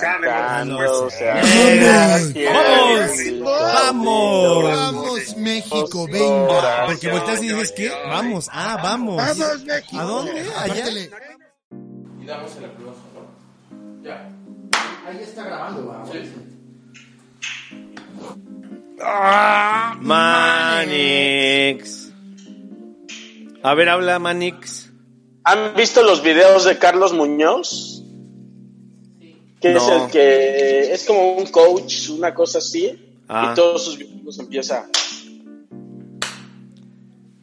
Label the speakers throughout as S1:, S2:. S1: ganando. O sea,
S2: ¡Vamos!
S1: gracias,
S2: ¡Vamos!
S3: Vamos, México,
S1: Dos
S3: venga.
S1: horas.
S2: Porque volteas y dices, ¿qué? Vamos, ah, vamos.
S3: Vamos, México.
S2: ¿A dónde? Allá.
S3: Apártele.
S4: Y damos en la primera foto. Ya.
S5: Ahí está grabando, va.
S2: Ah, Manix. A ver, habla Manix.
S1: ¿Han visto los videos de Carlos Muñoz? Que es
S2: No.
S1: el que es como un coach, una cosa así,
S2: Ah.
S1: y todos sus videos empieza.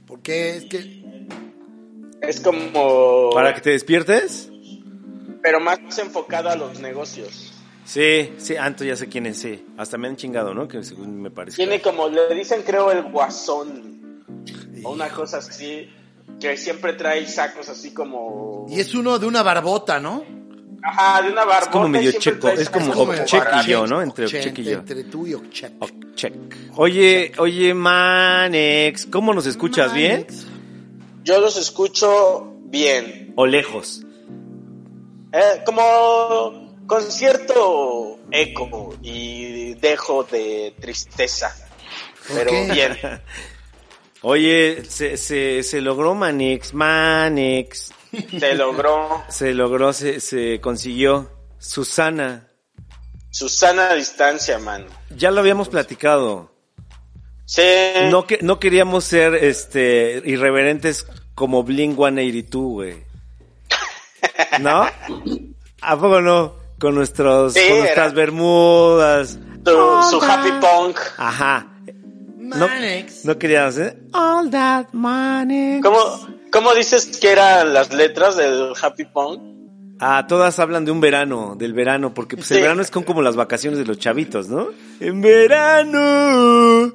S3: Porque es que.
S1: Es como.
S2: ¿Para que te despiertes?
S1: Pero más enfocado a los negocios.
S2: Sí, sí, Anto ya sé quién es, sí. Hasta me han chingado, ¿no? Que según me parece.
S1: Tiene como, le dicen creo el guasón. O una cosa así. Que siempre trae sacos así como.
S3: Y es uno de una barbota, ¿no?
S1: Ajá, de una barbota.
S2: Es como medio
S1: y siempre
S2: checo,
S1: trae
S2: es como
S1: sacos
S2: Okchek y yo,
S1: baratos.
S2: ¿no? Entre
S3: Ochenta,
S2: Okchek y yo.
S3: Entre tú y Okchek.
S2: Ok, Oh, check. Oye, oye, Manix, ¿cómo nos escuchas? ¿Bien
S3: Manix.
S1: Yo los escucho bien.
S2: o lejos?
S1: Eh, como con cierto eco y dejo de tristeza.
S3: ¿Por
S1: Pero
S3: qué?
S1: bien.
S2: Oye, se, se, se logró Manix, Manix.
S1: Se logró
S2: Se logró, se, se consiguió. Susana,
S1: Susana a distancia, mano.
S2: ya lo habíamos platicado.
S1: Sí.
S2: No, que, no queríamos ser este irreverentes como Blink 182, güey. ¿No? ¿A poco no? Con, nuestros,
S1: Sí,
S2: con
S1: era-
S2: nuestras bermudas.
S1: su, su happy punk.
S2: Ajá. No,
S3: Manex.
S2: no queríamos, ¿eh? All that money.
S1: ¿Cómo, ¿Cómo dices que eran las letras del happy punk?
S2: Ah, todas hablan de un verano, del verano, porque pues, el
S1: Sí.
S2: verano es con como las vacaciones de los chavitos, ¿no? En verano.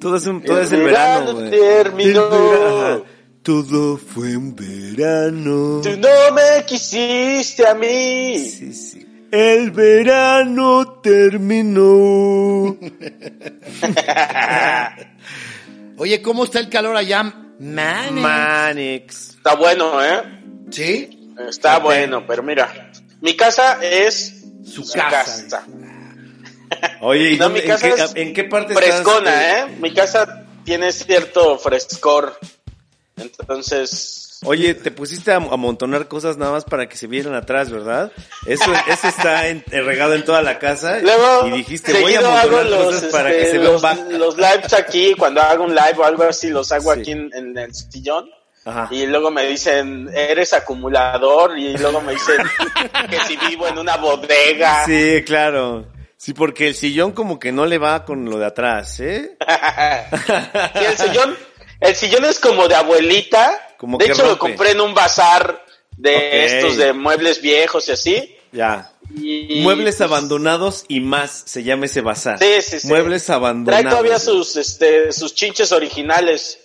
S2: Todo es, un, todo es el verano, güey.
S1: terminó.
S2: Ajá. Todo fue en verano.
S1: Tú no me quisiste a mí.
S2: Sí, sí. El verano terminó.
S3: Oye, ¿cómo está el calor allá? Manex.
S2: Manix.
S1: Está bueno, ¿eh?
S3: ¿Sí?
S1: Está bueno, pero mira. Mi casa es su,
S3: casa.
S1: casa.
S2: Oye, ¿y
S1: No,
S2: dónde-
S1: mi
S2: en,
S1: casa
S2: qué,
S1: es
S2: en qué parte
S1: frescona,
S2: estás?
S1: ¿eh? Mi casa tiene cierto frescor. Entonces,
S2: Oye, te pusiste a a amontonar cosas nada más para que se vieran atrás, ¿verdad? Eso, eso está en- regado en toda la casa.
S1: luego
S2: y dijiste, voy a
S1: seguido
S2: amontonar
S1: hago los,
S2: cosas para
S1: este,
S2: que se vean
S1: los,
S2: bajas.
S1: los lives aquí, cuando hago un live o algo así, los hago
S2: Sí. Ah.
S1: aquí en, en el sillón.
S2: Ajá.
S1: Y luego me dicen, eres acumulador. Y luego me dicen que si vivo en una bodega.
S2: Sí, claro. Sí, porque el sillón como que no le va con lo de atrás, ¿eh?
S1: Y el sillón, el sillón es como de abuelita.
S2: Como
S1: de
S2: que
S1: hecho, lo
S2: rompe.
S1: compré en un bazar de
S2: Ok.
S1: estos de muebles viejos y así.
S2: Ya.
S1: Y-
S2: Muebles
S1: pues,
S2: abandonados y más, se llama ese bazar.
S1: Sí, sí, sí.
S2: Muebles abandonados.
S1: Trae todavía sus, este, sus chinches originales.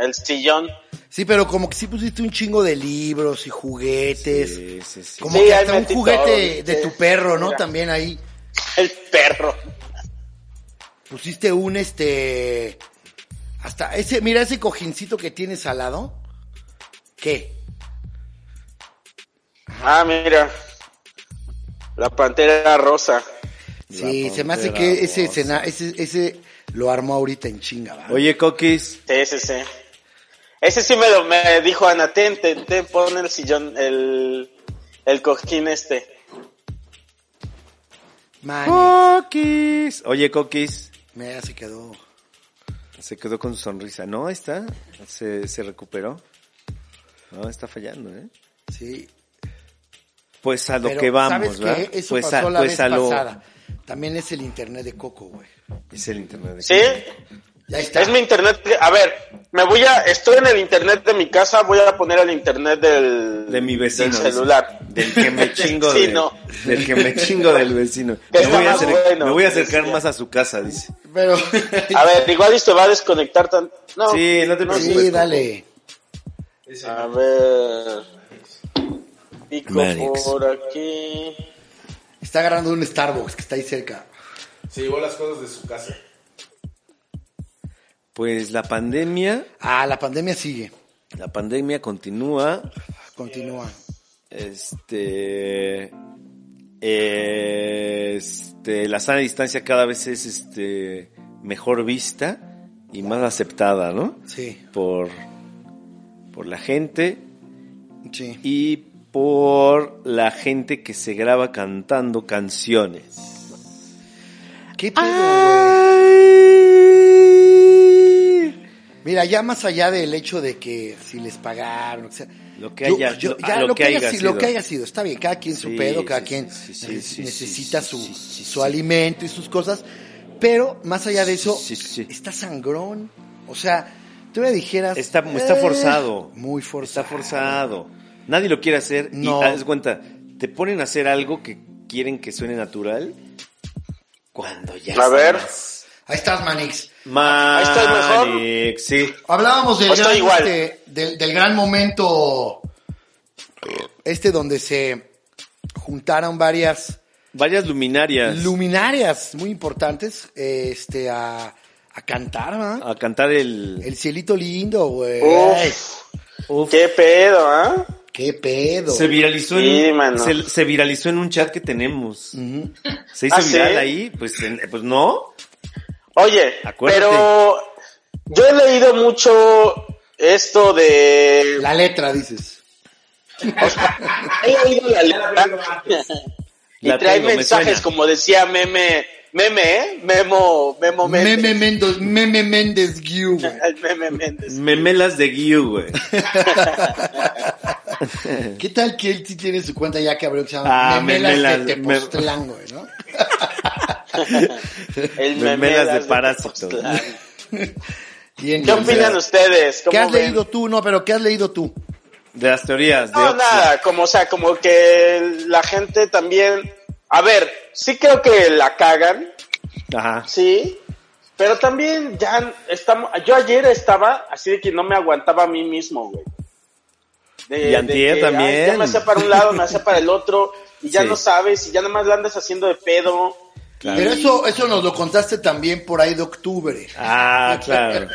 S1: El sillón.
S3: Sí, pero como que sí pusiste un chingo de libros y juguetes.
S2: Sí, sí, sí.
S3: Como
S1: Sí,
S3: que
S1: ahí
S3: hasta un
S1: metí
S3: juguete
S1: todo,
S3: de
S1: sí.
S3: tu perro, ¿no?
S1: Mira.
S3: También ahí
S1: El perro.
S3: pusiste un este hasta ese, mira ese cojincito que tienes al lado. ¿Qué?
S1: Ah, mira. La pantera rosa.
S3: Sí,
S2: La
S3: se me hace
S2: pantera
S3: que ese,
S2: rosa.
S3: escena- ese ese lo armó ahorita en chinga, ¿va?
S2: Oye, Coquis,
S1: Sí, ese sí. Ese sí me lo me dijo Ana, ten, ten, ten, pon el sillón, el, el cojín este.
S3: Man,
S2: Coquis. Oye, Coquis.
S3: mira, se quedó.
S2: Se quedó con su sonrisa. No, ahí está. Se, se recuperó. No, está fallando, ¿eh?
S3: Sí.
S2: Pues a lo
S3: Pero,
S2: que vamos,
S3: ¿sabes
S2: ¿verdad?
S3: qué? Eso
S2: pues
S3: pasó
S2: a,
S3: la
S2: pues
S3: vez
S2: a lo.
S3: pasada. También es el internet de Coco, güey.
S2: Es el internet. de
S1: ¿Sí?
S3: Ya está.
S1: Es mi internet. A ver, me voy a, estoy en el internet de mi casa, voy a poner el internet del,
S2: de mi vecino.
S1: del
S2: dice.
S1: celular.
S2: Del que me chingo
S1: Sí,
S2: de-
S1: no.
S2: del que me chingo del vecino.
S1: Que
S2: Me
S1: está
S2: voy, a
S1: más
S2: acer-
S1: bueno,
S2: me voy a acercar
S1: decía.
S2: más a su casa, dice.
S3: Pero
S1: A ver, pues, igual y se va a desconectar tan, no.
S2: Sí, no te
S3: sí,
S2: preocupes.
S3: dale.
S1: A ver. Pico
S2: Manix.
S1: por aquí.
S3: Está agarrando un Starbucks que está ahí cerca.
S4: Se llevó las cosas de su casa.
S2: Pues la pandemia,
S3: Ah, la pandemia sigue.
S2: la pandemia continúa.
S3: Continúa.
S2: Este eh, este, la sana distancia cada vez es este, mejor vista y más aceptada, ¿no?
S3: Sí,
S2: Por, por la gente
S3: sí.
S2: y por la gente que se graba cantando canciones.
S3: ¿Qué pedo,
S2: Ah.
S3: güey? Mira, ya más allá del hecho de que si les pagaron, o sea,
S2: Lo que haya-
S3: yo-
S2: lo-
S3: ya
S2: a
S3: lo, que haya, sido, lo
S2: sido.
S3: que haya sido, está bien, cada quien su
S2: Sí,
S3: pedo, cada
S2: sí,
S3: quien
S2: sí, sí,
S3: nece-
S2: sí,
S3: necesita
S2: sí,
S3: su,
S2: sí, sí,
S3: su
S2: sí.
S3: alimento y sus cosas, pero más allá de eso,
S2: Sí, sí, sí.
S3: está sangrón, o sea, tú me dijeras...
S2: Está, está
S3: eh,
S2: forzado.
S3: Muy
S2: Está
S3: forzado.
S2: forzado. Nadie lo quiere hacer.
S3: No.
S2: Y haz cuenta, te ponen a hacer algo que quieren que suene natural cuando ya.
S1: A ver.
S2: estás-
S3: Ahí estás, Manix.
S1: Ahí estás mejor.
S2: Manix, Sí.
S3: Hablábamos del
S1: Estoy
S3: gran,
S1: igual.
S3: este, del, del gran momento este donde se juntaron varias
S2: Varias luminarias
S3: luminarias muy importantes este a, a cantar, ¿verdad?
S2: a cantar el.
S3: El cielito lindo, güey.
S1: Uf,
S2: Uf.
S1: qué pedo, ¿ah?
S3: Qué pedo.
S2: Se viralizó,
S1: Sí,
S2: en,
S1: mano.
S2: se, se viralizó en un chat que tenemos.
S3: Ujú.
S2: Se hizo
S1: ¿Ah, sí?
S2: viral ahí, pues, en- pues no.
S1: Oye,
S2: Acuérdate.
S1: pero yo he leído mucho esto de...
S3: La letra dices.
S1: He leído la letra y
S2: La
S1: trae
S2: tengo, me
S1: mensajes
S2: suena.
S1: como decía Meme, Meme, ¿eh? Memo, Memo Méndez.
S3: Meme Mendoz, Meme Méndez Guiu, güey.
S1: El Meme Méndez.
S2: Memelas de Guiu, güey.
S3: ¿Qué tal que él sí tiene su cuenta ya que abrió que se llama
S2: Ah,
S3: Memelas,
S2: Memelas,
S3: de
S2: me-
S3: Tepoztlán, güey, ¿no?
S1: El
S2: Memelas
S1: Memelas
S2: de Parásito.
S1: Tepoztlán.
S3: Bien,
S1: ¿Qué
S3: bien.
S1: opinan ustedes?
S3: ¿Qué
S1: ¿Cómo
S3: has
S1: ven?
S3: leído tú? No, pero ¿qué has leído tú?
S2: De las teorías. de
S1: No,
S2: Oxlack.
S1: nada, como, o sea, como que la gente también... A ver, sí creo que la cagan,
S2: Ajá.
S1: Sí, pero también ya estamos. Yo ayer estaba así de que no me aguantaba a mí mismo, güey. De-
S2: Y
S1: de
S2: antier
S1: que,
S2: también.
S1: ay, ya me hacía para un lado, me hacía para el otro, y ya
S2: Sí.
S1: no sabes, y ya nada más la andas haciendo de pedo.
S2: Claro.
S3: Pero eso, eso nos lo contaste también por ahí de octubre.
S2: Ah, claro.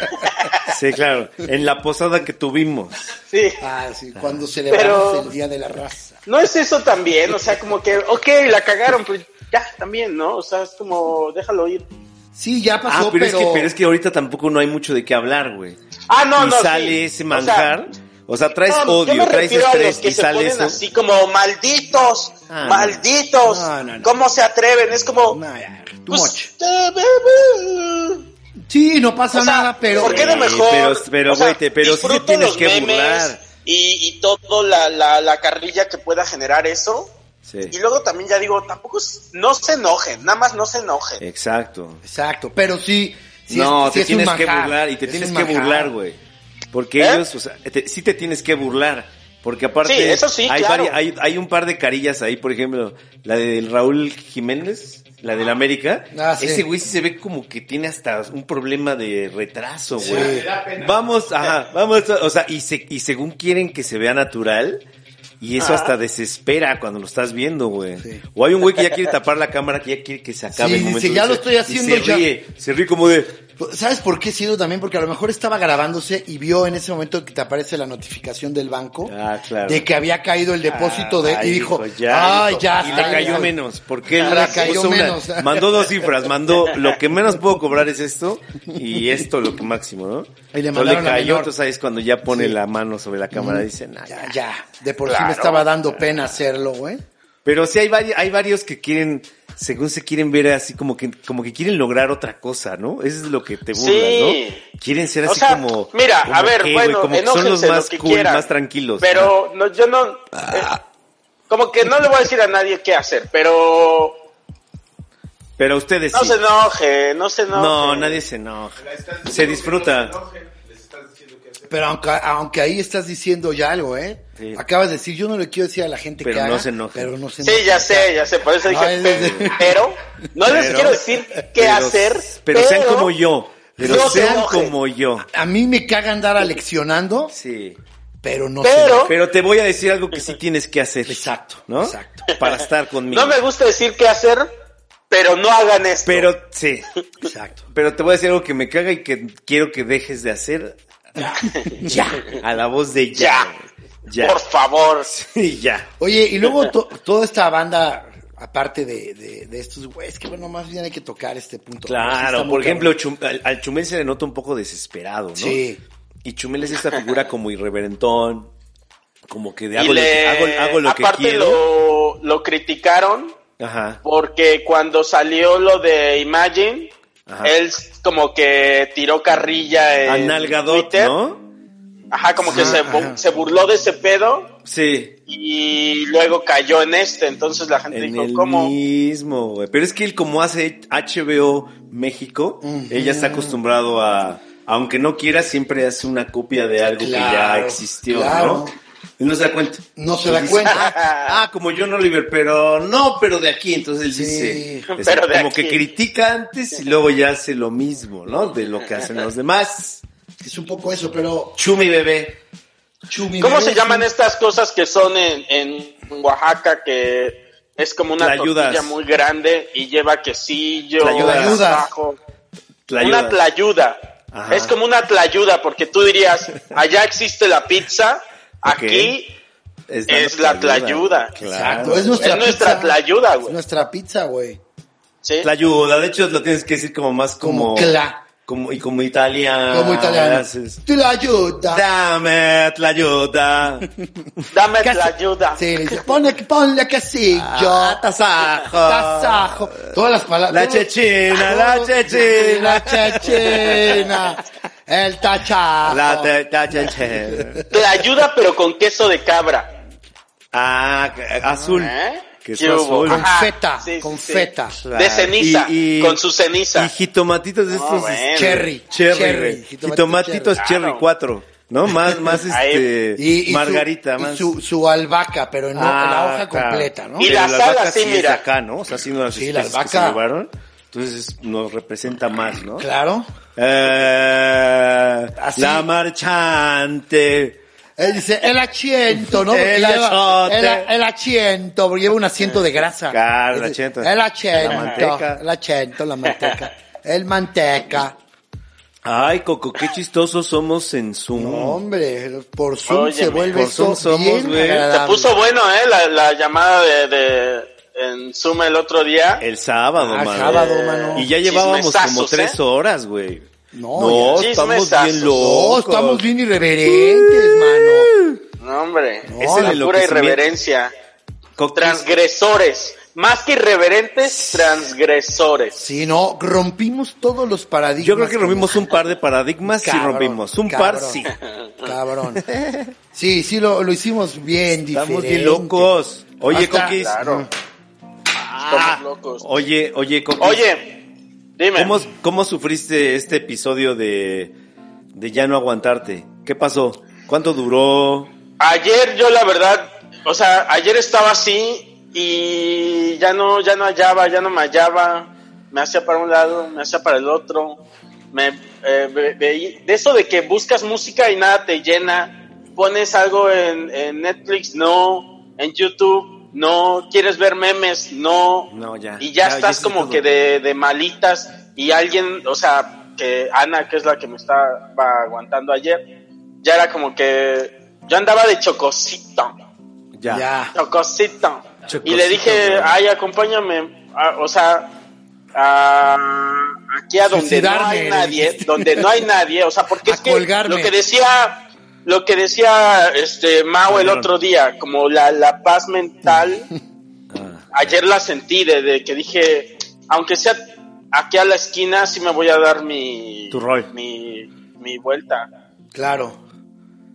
S2: Sí, claro. En la posada que tuvimos.
S1: Sí.
S3: Ah, sí, cuando celebramos
S1: Pero-
S3: el Día de la Raza.
S1: No es eso también, o sea, como que, ok, la cagaron, pero ya, también, ¿no? O sea, es como, déjalo ir.
S3: Sí, ya pasó,
S2: ah, pero,
S3: pero...
S2: Es que, pero es que ahorita tampoco no hay mucho de qué hablar, güey.
S1: Ah, no,
S2: y
S1: no.
S2: sale
S1: sí.
S2: ese
S1: O sea,
S2: manjar. O sea, traes
S1: no, yo
S2: odio,
S1: me
S2: traes
S1: refiero a los
S2: estrés
S1: que
S2: y
S1: se
S2: sale
S1: ponen
S2: eso.
S1: así como malditos,
S2: Ah, no.
S1: malditos.
S3: No, no, no.
S1: ¿Cómo se atreven? Es como,
S3: No, ya, too
S1: Pues,
S3: much.
S1: eh, be- be-
S3: Sí, no pasa
S1: o sea,
S3: nada, pero...
S1: ¿Por qué no
S2: Sí,
S1: mejor?
S2: pero- pero,
S1: o sea,
S2: güey, te- pero sí te
S1: disfruto
S2: tienes
S1: los
S2: que
S1: memes
S2: burlar.
S1: Y, y todo la, la, la carrilla que pueda generar eso.
S2: Sí,
S1: Y luego también ya digo, tampoco s- no se enojen, nada más no se
S2: Eh,
S1: enojen.
S2: exacto.
S3: Exacto, pero sí... sí
S2: no,
S3: es- sí
S2: te
S3: es un
S2: tienes que
S3: manjar,
S2: burlar y te
S3: es
S2: tienes
S3: un
S2: que
S3: manjar.
S2: burlar, güey. Porque
S1: ¿Eh?
S2: ellos, o sea, te- sí te tienes que burlar. Porque aparte
S1: Sí, eso sí,
S2: hay,
S1: claro.
S2: vari- hay, hay un par de carillas ahí, por ejemplo, la del Raúl Jiménez, la del América.
S3: Ah, sí.
S2: Ese güey sí se ve como que tiene hasta un problema de retraso,
S3: Sí.
S2: güey. Vamos, ajá, vamos, o sea, y, se- y según quieren que se vea natural, y
S1: Ah.
S2: eso hasta desespera cuando lo estás viendo, güey.
S3: Sí.
S2: O hay un güey que ya quiere tapar la cámara, que ya quiere que se acabe
S3: Sí,
S2: el
S3: dice,
S2: momento.
S3: "Ya lo
S2: Dice-
S3: estoy haciendo
S2: y se
S3: ya".
S2: ríe, se ríe como de,
S3: Pues, ¿Sabes por qué sido también? Porque a lo mejor estaba grabándose y vio en ese momento que te aparece la notificación del banco
S2: Ah, claro.
S3: de que había caído el depósito de,
S2: Ay,
S3: y dijo,
S2: hijo,
S3: ah,
S2: hijo".
S3: ya
S2: Y
S3: está,
S2: le cayó
S3: ya".
S2: menos, porque él
S3: Le
S2: puso
S3: cayó
S2: una-
S3: menos.
S2: mandó dos cifras, mandó lo que menos puedo cobrar es esto y esto lo que máximo, ¿no?
S3: Y le
S2: entonces
S3: mandaron la
S2: cayó,
S3: menor.
S2: entonces ahí es cuando ya pone
S3: Sí.
S2: la mano sobre la cámara y dice, "Nah, ya".
S3: Ya, ya. De por sí me
S1: Claro.
S3: estaba dando pena hacerlo, güey.
S2: Pero sí hay varios, hay varios que quieren, según se quieren ver así como que, como que quieren lograr otra cosa, ¿no? Eso es lo que te burlas,
S1: Sí.
S2: ¿no? Quieren ser
S1: O
S2: así
S1: sea,
S2: como.
S1: mira,
S2: como
S1: a ver,
S2: qué, güey,
S1: bueno,
S2: como que son
S1: enójense
S2: los más
S1: lo que
S2: cool,
S1: quieran,
S2: más tranquilos. Ah.
S1: Pero no, yo no, eh, como que no le voy a decir a nadie qué hacer, pero
S2: Pero ustedes
S1: no
S2: sí.
S1: se enoje, no se enoje.
S2: No, nadie se enoja. Se disfruta.
S3: Pero aunque, aunque ahí estás diciendo ya algo, ¿eh?
S2: Sí.
S3: Acabas de decir, yo no le quiero decir a la gente
S2: Pero
S3: que
S2: no
S3: haga,
S2: se enoje.
S3: Pero no se
S1: Sí,
S3: enoje.
S1: ya sé, ya sé, por eso dije,
S3: Ay,
S1: pe-
S3: desde-
S1: pero, no les
S2: Ah, Pero-
S1: quiero decir qué
S2: pero-
S1: hacer,
S2: Pero sean como yo. Pero
S1: no se
S2: sean
S1: enojen.
S2: como yo.
S3: A mí me caga andar aleccionando,
S2: Sí.
S3: pero no
S1: Pero-
S3: se enoje.
S2: Pero te voy a decir algo que sí tienes que hacer.
S3: Exacto,
S2: ¿No?
S3: exacto.
S2: Para estar conmigo.
S1: No me gusta decir qué hacer, pero no hagan esto.
S2: Pero, sí.
S3: Exacto.
S2: Pero te voy a decir algo que me caga y que quiero que dejes de hacer. ya. A la voz de ya.
S1: Ya.
S2: Ya.
S1: Por favor.
S2: Sí, ya.
S3: Pues Oye, y luego to- toda esta banda aparte de, de, de estos güeyes, que bueno, más bien hay que tocar este punto. Sí está
S2: Claro,
S3: muy
S2: por ejemplo,
S3: cabrón.
S2: Chum- al, al Chumel se le nota un poco desesperado, ¿no?
S3: Sí.
S2: Y Chumel es esta figura como irreverentón, como que de hago,
S1: Y le-
S2: lo, hago, hago lo que
S1: aparte
S2: quiero.
S1: lo, lo criticaron
S2: Ajá.
S1: porque cuando salió lo de Imagine,
S2: Ajá.
S1: él como que tiró carrilla en
S2: A Nalgadot,
S1: Twitter.
S2: ¿no?
S1: Ajá, como que
S3: Ajá,
S1: se, bu-
S3: ajá.
S1: se burló de ese pedo
S2: Sí.
S1: y luego cayó en este. Entonces la gente
S2: En
S1: dijo,
S2: el
S1: ¿cómo?
S2: mismo, güey. Pero es que él, como hace HBO México, él ya está acostumbrado a. Aunque no quiera, siempre hace una copia de algo que ya
S3: Claro,
S2: existió, ¿no?
S3: claro.
S2: Y no se da cuenta.
S3: No se da
S2: Dice,
S3: cuenta.
S2: Ah, ah, como John Oliver, pero no, pero de aquí. Entonces él
S3: Sí.
S2: dice, es
S1: Pero de
S2: como
S1: aquí.
S2: que critica antes y luego ya hace lo mismo, ¿no? De lo que hacen los demás.
S3: Es un poco eso, pero
S2: Chumi bebé.
S3: Chumi.
S1: ¿Cómo
S3: bebé,
S1: se llaman
S3: sí.
S1: estas cosas que son en, en Oaxaca que es como una
S2: Tlayudas.
S1: tortilla muy grande y lleva quesillo,
S2: Tlayudas.
S1: agasajo?
S2: Tlayuda.
S1: Una tlayuda.
S2: Ajá.
S1: Es como una tlayuda porque tú dirías, allá existe la pizza,
S2: Ok.
S1: aquí
S2: dando
S1: es la tlayuda.
S3: Exacto, es nuestra
S1: Es nuestra
S3: pizza.
S1: tlayuda, güey.
S3: Es nuestra pizza, güey.
S1: ¿sí?
S2: Tlayuda. De hecho, lo tienes que decir como más
S3: Como
S2: como... Ah,
S3: cla.
S2: como- y como italiano.
S3: Como italiano.
S2: Haces,
S3: Tú la ayudas.
S2: Dame tlayuda.
S1: Dame
S3: Casi-
S1: tlayuda.
S3: Sí, le dice, ponle, ponle quesillo.
S2: Ah, tasajo.
S3: Tasajo. Todas las palabras.
S2: La
S3: todas-
S2: chechina, la chechina.
S3: La chechina. El tachajo.
S2: La, te- la chechina.
S1: Tlayuda pero con queso de cabra.
S2: Ah, azul.
S1: ¿Eh?
S2: Que
S1: ¿Qué
S2: está
S1: hubo?
S2: azul.
S3: Con
S1: Ajá,
S3: feta,
S1: sí, sí,
S3: con
S1: sí.
S3: feta.
S1: De ceniza,
S2: Y- y-
S1: con su ceniza.
S2: Y jitomatitos de
S1: No,
S2: estos.
S1: bueno.
S2: este,
S3: Cherry,
S2: Cherry.
S3: cherry,
S2: güey.
S3: jitomatitos
S2: Jitomatitos
S1: cherry.
S2: cherry,
S1: Claro.
S2: 4. ¿No? Más, más
S1: Ahí.
S2: este.
S3: Y, y su-
S2: margarita,
S3: y
S2: más.
S3: su, su albahaca, pero no
S2: Ah,
S3: la hoja
S2: claro.
S3: completa, ¿no?
S1: Y
S2: Pero
S1: la
S2: las
S1: sal
S2: vacas
S1: así,
S2: sí es
S1: mira.
S2: de acá, ¿no? O sea, sí no las
S3: Sí, la
S2: especies que se
S3: albahaca.
S2: llevaron. Entonces nos representa más, ¿no?
S3: Claro.
S2: Eh,
S3: Así.
S2: la marchante.
S3: Él dice, el asiento, ¿no? Porque
S2: El
S3: lleva-
S2: azote.
S3: el, a- el asiento, porque lleva un asiento de grasa.
S2: Claro, el
S3: Él dice,
S2: asiento.
S3: El asiento.
S2: La manteca.
S3: El asiento, la manteca. El manteca.
S2: Ay, Coco, qué chistosos somos en Zoom.
S3: No, hombre, por Zoom se
S1: Óyeme.
S3: vuelve
S2: Por Zoom
S3: esto
S2: somos,
S3: bien
S2: güey.
S1: Se
S3: agradable.
S1: puso bueno, ¿eh? La, la llamada de, de- en Zoom el otro día.
S2: El sábado,
S3: Ah,
S2: mano.
S3: sábado, mano.
S2: Y ya llevábamos como
S1: Chismesazos,
S2: tres
S1: ¿eh?
S2: horas, güey.
S3: No,
S2: No,
S1: ya.
S2: estamos
S1: Chismesazos.
S2: bien
S3: No,
S2: locos.
S3: estamos bien irreverentes, mano.
S1: No, hombre.
S2: Es el
S1: la pura
S2: enloquecimiento.
S1: irreverencia.
S2: Coco,
S1: Transgresores. Más que irreverentes, transgresores.
S3: Sí, no, rompimos todos los paradigmas.
S2: Yo creo que rompimos un par de paradigmas, sí
S3: Cabrón,
S2: rompimos. Un par,
S3: cabrón,
S2: sí.
S3: Cabrón. Sí, sí, lo, lo hicimos bien
S2: Estamos
S3: diferente.
S2: bien locos. Oye,
S3: Hasta-
S2: Coquis.
S1: Claro.
S2: Ah,
S1: Estamos locos.
S2: Oye, oye, Coquis.
S1: Oye, dime.
S2: ¿Cómo, cómo sufriste este episodio de, de ya no aguantarte? ¿Qué pasó? ¿Cuánto duró?
S1: Ayer yo la verdad, o sea, ayer estaba así y ya no, ya no hallaba, ya no me hallaba, me hacía para un lado, me hacía para el otro, me eh, ve- veí- de eso de que buscas música y nada te llena, pones algo en, en Netflix, no, en YouTube, no, quieres ver memes, no,
S2: No, ya.
S1: y ya,
S2: Ya,
S1: estás
S2: ya sí,
S1: como
S2: todo.
S1: que de, de malitas y alguien, o sea, que Ana, que es la que me estaba aguantando ayer, ya era como que yo andaba de chocosito,
S2: Ya.
S3: Ya.
S1: chocosito.
S2: Chocosito,
S1: y le dije,
S2: güey.
S1: ay, acompáñame, a- o sea, a- aquí a donde no
S3: Suicidarme,
S1: hay nadie, donde no hay nadie, o sea, porque
S3: A
S1: es que
S3: colgarme.
S1: lo que decía, lo que decía este Mao el
S2: Cabrón.
S1: otro día, como la, la paz mental
S2: Ah,
S1: ayer la sentí de, de que dije, aunque sea aquí a la esquina, sí me voy a dar mi
S2: Tu rol.
S1: mi, mi vuelta.
S3: Claro.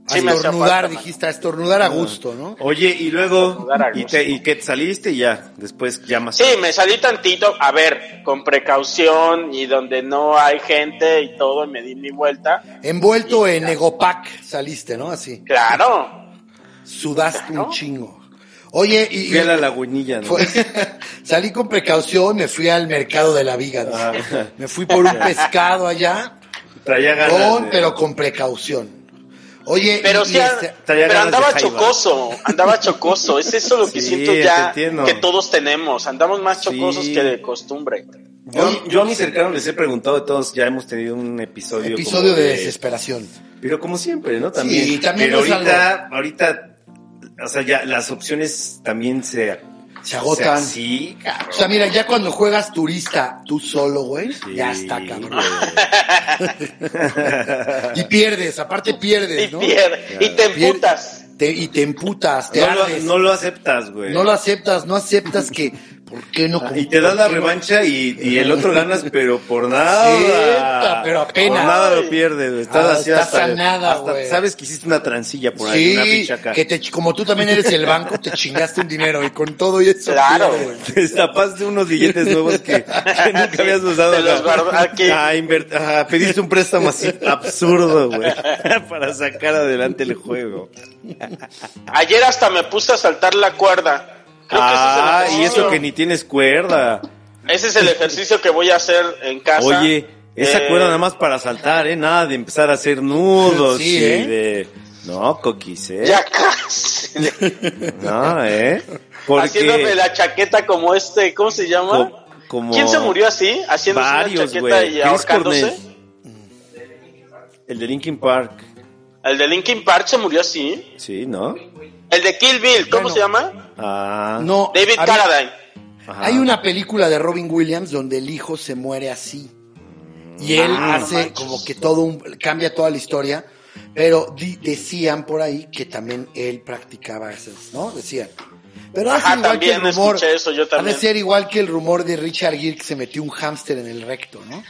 S3: A
S1: Sí me hacía
S3: estornudar,
S1: falta,
S3: dijiste, a estornudar
S2: Ah.
S3: a gusto, ¿no?
S2: Oye, y luego,
S1: Saludar a
S2: y,
S1: gusto.
S2: te, y que te saliste y ya, después llamas.
S1: Sí, me salí tantito, a ver, con precaución y donde no hay gente y todo, y me di mi vuelta.
S3: Envuelto en Egopac saliste, ¿no? Así.
S1: Claro,
S3: Sudaste un
S1: Claro.
S3: chingo. Oye, y, y-
S2: Fui a la lagunilla, ¿no?
S3: fue- salí con precaución, me fui al mercado de la viga. dice.
S2: Ah.
S3: Me fui por un pescado allá,
S2: Traía ganas.
S3: con,
S2: de-
S3: pero con precaución. Oye,
S1: pero
S3: y- y
S1: sí, an-
S3: este-
S2: traía
S1: pero
S2: ganas de
S1: andaba
S2: jaiba.
S1: chocoso, andaba chocoso, es eso lo que
S2: Sí,
S1: siento
S2: te
S1: ya
S2: entiendo.
S1: que todos tenemos, andamos más
S2: Sí.
S1: chocosos que de costumbre.
S2: Yo, yo a mis cercanos les he preguntado de todos, ya hemos tenido un episodio.
S3: episodio
S2: como
S3: de desesperación.
S2: Pero como siempre, ¿no? También.
S3: Sí, también
S2: pero
S3: es
S2: ahorita, ahorita, o sea, ya las opciones también se,
S3: Se agotan.
S2: O sea, sí, cabrón.
S3: O sea, mira, ya cuando juegas turista tú solo, güey,
S2: Sí,
S3: ya está, cabrón.
S2: güey.
S3: Y pierdes, aparte pierdes,
S1: Y,
S3: ¿no?
S1: pierde- y te
S3: Pier-
S1: emputas.
S3: Te- y te emputas, te
S2: No lo,
S3: ardes.
S2: no lo aceptas, güey. Ah,
S3: No lo aceptas, no aceptas que. ¿Por qué no?
S2: y te das la revancha y, y el otro ganas, pero por nada.
S3: Sí, pero apenas.
S2: Por nada lo pierdes, güey. Estás
S3: Ah,
S2: así
S3: estás
S2: hasta,
S3: a nada,
S2: hasta-
S3: güey.
S2: Sabes que hiciste una transilla por ahí, una
S3: Sí,
S2: pichaca.
S3: que te, como tú también eres el banco, te chingaste un dinero y con todo y eso.
S1: Claro,
S3: pierdes.
S1: güey.
S2: Te destapaste unos billetes nuevos que, que nunca
S1: Sí,
S2: habías usado.
S1: te
S2: güey.
S1: los guardo aquí.
S2: Ah, inver- ah, pediste un préstamo así absurdo, güey, para sacar adelante el juego.
S1: Ayer hasta me puse a saltar la cuerda. Creo que ese es el
S2: ah, y
S1: ejercicio-
S2: eso que ni tienes cuerda.
S1: Ese es el ejercicio que voy a hacer en casa.
S2: Oye, esa
S1: Eh,
S2: cuerda nada más para saltar, ¿eh? Nada de empezar a hacer nudos
S3: Sí,
S2: y
S3: ¿eh?
S2: de... No, coquis, ¿eh?
S1: Ya casi.
S2: No, ¿eh? Porque
S1: Haciéndome la chaqueta como este, ¿cómo se llama?
S2: co- como
S1: ¿Quién se murió así? Haciéndose una
S2: varios,
S1: chaqueta
S2: güey.
S1: y
S2: Chris
S1: ahorcándose.
S2: Cornell. El de Linkin Park.
S1: El de Linkin Park se murió así.
S2: Sí, ¿no?
S1: El de Kill Bill, ¿cómo
S3: Bueno.
S1: se llama?
S2: Ah.
S3: No,
S1: David
S3: a mí-
S1: Carradine.
S2: ajá.
S3: Hay una película de Robin Williams donde el hijo se muere así. Y él
S1: Ah, no
S3: hace
S1: manches.
S3: como que todo un- cambia toda la historia. Pero di- decían por ahí que también él practicaba esas, ¿no? Decían. Pero ha de ser
S1: Ajá,
S3: igual que el
S1: Ah, también
S3: rumor.
S1: escuché eso, yo
S3: Ha de
S1: también.
S3: ser igual que el rumor de Richard Gere que se metió un hámster en el recto, ¿no?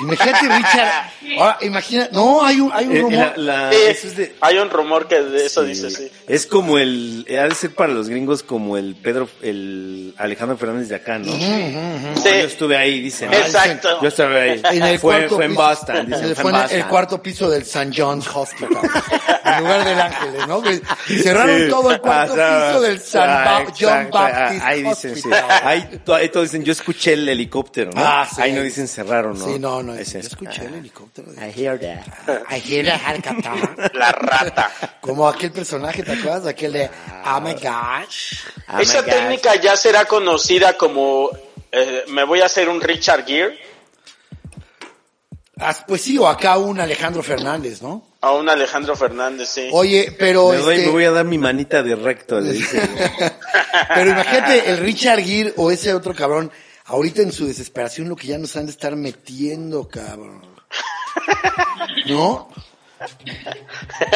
S3: Imagínate, Richard. Ahora, imagina. No, hay un, hay un
S2: Eh,
S3: rumor.
S2: la- la-
S1: Sí,
S2: eso es de-
S1: Hay un rumor que de eso
S2: Sí.
S1: dice, sí.
S2: Es como el, ha de ser para los gringos como el Pedro, el Alejandro Fernández de acá, ¿no? No,
S1: Sí.
S2: Yo estuve ahí, dicen.
S3: Ah,
S1: Exacto.
S2: Yo estuve ahí.
S3: En el
S2: fue,
S3: cuarto
S2: fue en
S3: piso.
S2: Boston,
S3: Se
S2: dicen. Fue
S3: le fue
S2: en
S3: en
S2: Boston.
S3: el cuarto piso del St. John's Hospital. en lugar del Ángeles, ¿no? Que Cerraron
S2: Sí.
S3: todo el cuarto
S2: Pasaba.
S3: piso del St.
S2: Ah,
S3: Ba- John
S2: exacto. Ah,
S3: Baptist
S2: Ahí dicen, sí. Ah,
S3: Hospital.
S2: Ahí, to- ahí todos dicen, yo escuché el helicóptero, ¿no?
S3: Ah, sí.
S2: Ahí no dicen cerraron, ¿no?
S3: Sí, no, no.
S2: Es
S3: yo
S2: eso.
S3: escuché el
S2: Ah.
S3: helicóptero.
S2: I hear that.
S3: I hear a Harkata.
S1: La rata.
S3: Como aquel personaje, ¿te acuerdas? Aquel de,
S2: Ah.
S3: oh my gosh.
S2: Oh
S1: Esa
S2: my God.
S1: técnica ya será conocida como eh, me voy a hacer un Richard Gere
S3: Ah, Pues sí, o acá un Alejandro Fernández, ¿no?
S1: a un Alejandro Fernández, sí.
S3: Oye, pero
S2: Me, doy-
S3: este,
S2: me voy a dar mi manita de recto, le dicen.
S3: pero imagínate el Richard Gere o ese otro cabrón, ahorita en su desesperación lo que ya nos han de estar metiendo, cabrón. ¿No?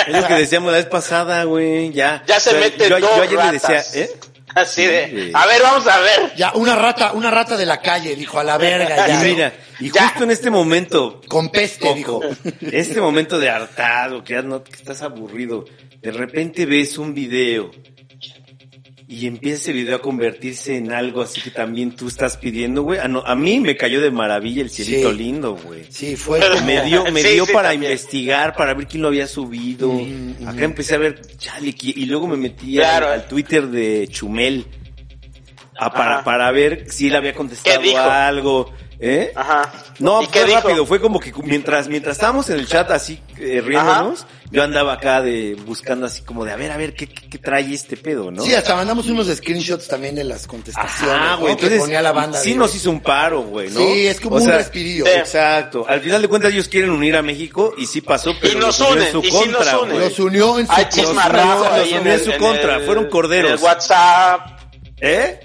S2: Es lo que decíamos la vez pasada, güey. Ya.
S1: ya se
S2: Yo-
S1: mete
S2: yo,
S1: dos
S2: yo ayer le decía,
S1: ratas.
S2: ¿eh?
S1: Así
S2: Sí,
S1: de,
S2: güey.
S1: a ver, vamos a ver.
S3: Ya, una rata, una rata de la calle, dijo, a la verga,
S2: Y
S3: ya.
S2: mira, y
S1: Ya.
S2: justo en este momento,
S3: Con peste, dijo.
S2: Coco, este momento de hartado, que, ya no, que estás aburrido, de repente ves un video y empieza ese video a convertirse en algo así que también tú estás pidiendo, güey. A, no- a mí me cayó de maravilla el cielito
S3: Sí.
S2: lindo, güey.
S3: Sí, fue. como-
S2: Me dio, me
S1: Sí,
S2: dio
S1: sí,
S2: para
S1: también.
S2: investigar, para ver quién lo había subido. Acá empecé a ver, chale, qui- y luego me metí al-
S1: Claro.
S2: al, Twitter de Chumel a- para,
S1: Ajá.
S2: para ver si él había contestado
S1: ¿Qué dijo?
S2: algo. ¿Eh?
S1: Ajá.
S2: No,
S1: ¿Y
S2: fue
S1: qué dijo?
S2: rápido, fue como que mientras, mientras estábamos en el chat así eh, riéndonos, yo andaba acá de buscando así como de a ver, a ver, ¿qué, qué, qué trae este pedo, no?
S3: Sí, hasta mandamos unos screenshots también de las contestaciones.
S2: Ajá,
S3: ¿no?
S2: güey,
S3: Que
S2: entonces
S3: ponía la banda
S2: sí
S3: de-
S2: nos hizo un paro, güey, ¿no?
S3: Sí, es como
S2: O
S3: un
S2: sea,
S3: respirillo.
S1: sí.
S2: Exacto. Al final de cuentas ellos quieren unir a México y sí pasó, pero
S1: Y nos
S2: los unió
S1: unen,
S2: en su
S1: y sí nos
S2: contra,
S1: unen.
S2: güey.
S3: Los unió en su
S1: Hay
S3: los
S1: chismarrajo
S3: unió-
S2: los
S1: ahí
S2: unió
S1: en
S2: en
S1: el-
S2: su
S1: en
S2: contra,
S1: el-
S2: fueron corderos.
S1: en el WhatsApp.
S2: ¿Eh?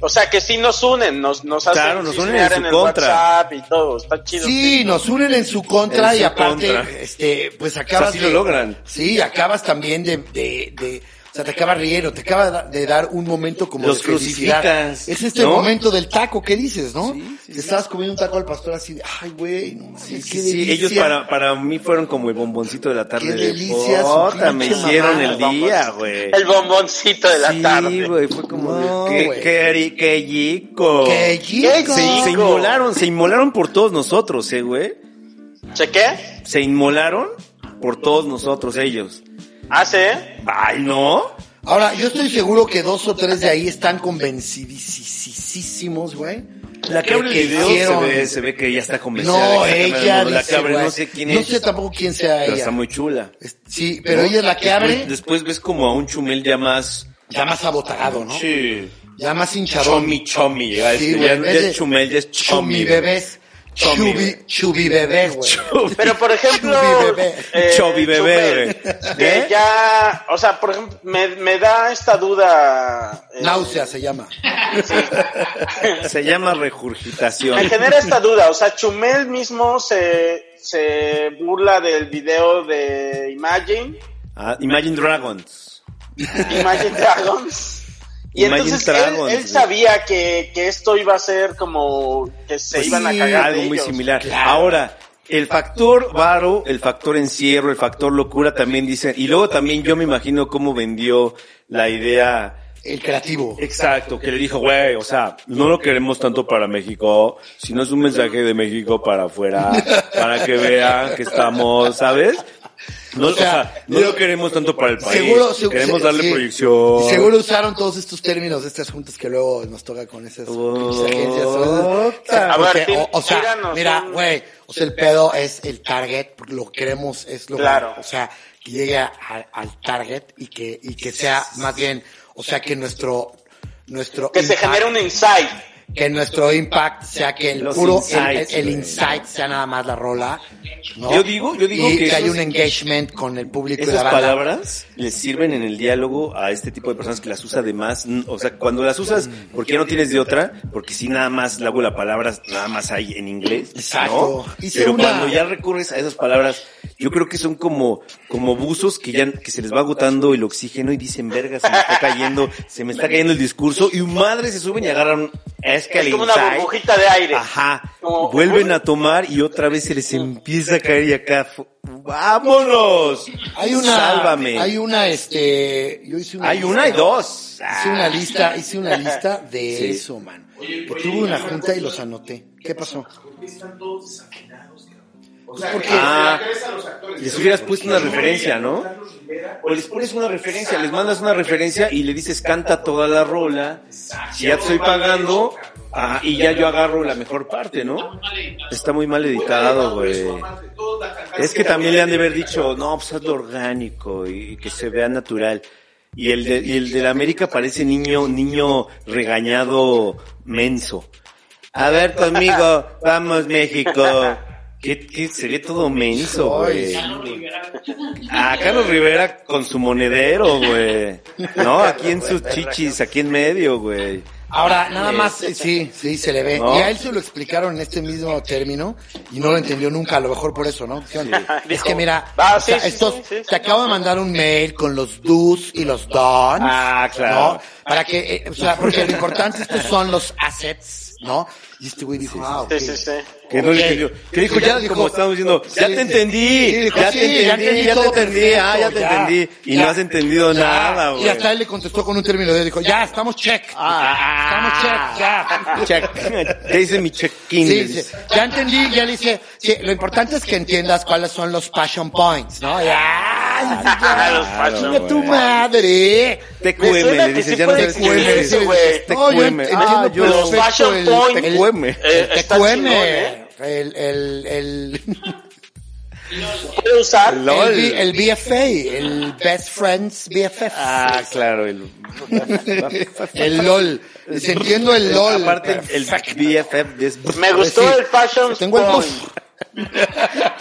S1: O sea que sí nos unen, nos, nos hacen
S2: Claro, nos unen
S1: chismear
S2: en su
S1: en el
S2: contra.
S1: WhatsApp y todo, está chido.
S3: Sí, nos unen en su contra
S2: En su
S3: y aparte,
S2: contra.
S3: este, pues acabas.
S2: O sea, sí lo logran.
S3: Sí, acabas también de, de, de- o sea, te acabas riendo, te acaba de dar un momento como
S2: Los
S3: de felicidad.
S2: crucificas,
S3: Es este
S2: ¿no?
S3: momento del taco, ¿qué dices, no?
S2: Sí, sí,
S3: te estabas comiendo un taco al pastor así de, ay, güey, no mames,
S2: Sí,
S3: qué
S2: sí, sí,
S3: delicia.
S2: ellos para, para mí fueron como el bomboncito de la tarde.
S3: Qué
S2: de,
S3: delicia, su
S2: puta, me
S3: pinche
S2: hicieron
S3: mamá,
S2: el día, güey.
S1: El bomboncito de la
S2: sí,
S1: tarde.
S2: güey, fue como
S3: No,
S2: de, qué,
S3: güey.
S2: qué, ri- qué rico.
S3: ¡Qué rico!
S2: Se, se inmolaron, se inmolaron por todos nosotros, eh, güey.
S1: ¿Chequé?
S2: Se inmolaron por todos nosotros, ellos.
S1: Ah, ¿Hace?
S2: Ay, no.
S3: Ahora, yo estoy seguro que dos o tres de ahí están convencidísimos, güey.
S2: La que abre
S3: que
S2: el video
S3: hicieron.
S2: se ve, se ve que ya está convencida.
S3: No,
S2: de que está
S3: ella
S2: ganando. La que
S3: dice,
S2: abre,
S3: güey.
S2: no sé quién
S3: No
S2: es,
S3: sé tampoco quién sea
S2: pero
S3: ella.
S2: está muy chula.
S3: Es- Sí, pero
S2: ¿No?
S3: ella es la que abre,
S2: Después, después ves como a un chumel ya más...
S3: ya más abotagado, ¿no?
S2: Sí.
S3: Ya más hinchadón.
S2: Chomi, chomi. ya,
S3: Sí,
S2: este,
S3: güey,
S2: ya,
S3: en
S2: ya
S3: vez de
S2: el chumel ya es chomi.
S3: Chomi
S2: güey.
S3: bebés.
S2: Tommy,
S3: Chubi, chubi bebé, güey.
S1: Pero por ejemplo,
S3: Chubi bebé.
S1: eh,
S2: Chubby bebé,
S1: Chubel,
S2: güey.
S1: que
S2: ¿Eh?
S1: ya, o sea, por ejemplo, me, me da esta duda. eh,
S3: Náusea se llama.
S2: Se llama
S1: Me
S2: regurgitación.
S1: genera esta duda, o sea, Chumel mismo se, se burla del video de Imagine,
S2: Ah, Imagine Dragons.
S1: Imagine Dragons. Y
S2: Imagine
S1: entonces
S2: Dragons,
S1: él, él
S2: güey.
S1: sabía que, que esto iba a ser como que se
S2: Pues
S1: iban a
S2: sí,
S1: cagar. de
S2: Algo muy
S1: ellos.
S2: similar. Ahora, el factor varo, el factor encierro, el factor locura también dicen. Y luego también yo me imagino cómo vendió la idea
S3: El creativo.
S2: Exacto, que le dijo, güey, o sea, no lo queremos tanto para México, sino es un mensaje de México para afuera, para que vean que estamos, ¿sabes? No, o sea, no lo queremos tanto para el país.
S3: Seguro, segu-
S2: queremos
S3: se-
S2: darle
S3: sí.
S2: proyección.
S3: Y seguro usaron todos estos términos de estas juntas que luego nos toca con esas
S2: Oh,
S3: pinches agencias. o esas- o sea,
S1: A ver,
S3: porque,
S1: Tim,
S3: o, o sea,
S1: tíranos
S3: mira,
S1: un-
S3: güey, o sea, el pedo es el target, porque lo que queremos es lo
S1: Claro.
S3: o sea, que llegue a- al target y que y que sea más bien, o sea, que nuestro nuestro
S1: Que se
S3: impact-
S1: genera un insight.
S3: que nuestro impact sea que el
S2: Los
S3: puro
S2: insights,
S3: el, el
S2: güey.
S3: insight sea nada más la rola ¿no?
S2: Yo digo- yo digo
S3: y
S2: que
S3: hay
S2: esos-
S3: un engagement con el público y la
S2: Esas
S3: banda.
S2: palabras les sirven en el diálogo a este tipo de personas que las usa de más. mm, O sea, cuando las usas, porque ya no tienes de otra, porque si nada más luego la palabra nada más hay en inglés.
S3: Exacto.
S2: ¿no?
S3: Hice
S2: Pero
S3: una-
S2: cuando ya recurres a esas palabras, yo creo que son como, como buzos que ya que se les va agotando el oxígeno y dicen, verga, se me está cayendo, se me está cayendo el discurso, y madre se suben y agarran, es que el
S1: Es como una
S2: insight-
S1: burbujita de aire.
S2: Ajá.
S1: Como-
S2: Vuelven a tomar y otra vez se les empieza a caer y acá. fu- ¡Vámonos!
S3: Hay una,
S2: Sálvame.
S3: hay una, este, yo hice una.
S2: Hay
S3: lista,
S2: una y dos. Ah.
S3: Hice una lista, hice una lista de
S2: Sí.
S3: eso, man. Porque tuve una junta y los anoté. ¿Qué pasó?
S4: ¿Por qué están todos desafinados, cabrón? O sea,
S3: ¿Por
S4: que
S3: qué?
S2: Ah,
S4: se la crees a los actores.
S2: les hubieras puesto una referencia, ¿no?
S4: Carlos Rivera,
S2: O les pones una referencia, les mandas una referencia y le dices canta toda la rola. Si ya te estoy pagando, ah, y ya yo agarro la mejor parte, ¿no? Está muy mal editado, güey.
S4: aparte, todos la cantaron.
S2: Es que también le han de haber dicho, no, pues hazlo orgánico y que se vea natural. Y el de, y el de la América parece niño, niño regañado menso. A ver conmigo, vamos México. ¿Qué, qué se ve todo menso, güey? A Carlos Rivera con su monedero, güey. No, aquí en sus chichis, aquí en medio, güey.
S3: Ahora, nada más, eh, sí, sí, se le ve.
S2: ¿No?
S3: Y a él se lo explicaron en este mismo término y no lo entendió nunca, a lo mejor por eso, ¿no? ¿Qué onda? Es
S1: Dijo,
S3: que mira,
S1: "Ah,
S3: o sea,
S1: sí, sí,
S3: estos,
S1: sí, sí".
S3: te acabo de mandar un mail con los do's y los don'ts.
S2: Ah, claro.
S3: ¿no? Para que, eh, o sea, porque lo importante estos son los assets, ¿no? Y este güey dijo, ah, ok.
S1: Sí, sí, sí.
S2: Que no le entendió. Que dijo, ya, como estamos diciendo, ya
S3: sí,
S2: te entendí,
S3: sí, dijo,
S2: ya
S3: sí,
S2: te
S3: ya
S2: entendí,
S3: entendí
S2: ya te
S3: todo
S2: entendí,
S3: perfecto,
S2: ah, ya te
S3: ya,
S2: entendí. Y
S3: ya.
S2: no has entendido nada, güey.
S3: Y hasta él le contestó con un término de dijo, ya, estamos check.
S1: Ah,
S3: estamos check, ya.
S2: Ah. Check. Ya hice mi check-in.
S3: Sí, sí, ya entendí, ya le hice. Sí, lo importante es que entiendas cuáles son los passion points, ¿no? Ya. sí, ya.
S1: los fashion
S3: Ah, Chinga tu
S2: güey.
S3: madre.
S1: Me
S2: TQM,
S1: suena
S2: le
S1: que
S2: dices,
S1: sí
S2: ya no
S1: puede
S2: sabes qué
S1: existir
S2: es.
S1: ese, güey.
S3: No, yo
S2: TQM.
S3: entiendo
S2: Ah, yo.
S1: los
S3: perfecto
S1: fashion
S3: el-
S1: points.
S3: el-
S2: TQM.
S1: Eh,
S3: El
S1: está
S3: TQM,
S1: chingón, ¿eh?
S3: el, el, el,
S1: Puede usar.
S2: LOL.
S3: el, el BFA, el Best Friends BFF.
S2: Ah, claro, el.
S3: el LOL. Dice, entiendo el LOL.
S2: Eh, Aparte, el BFF es.
S1: Me gustó
S3: Sí.
S1: el fashion
S3: Tengo el
S1: point.
S3: buff.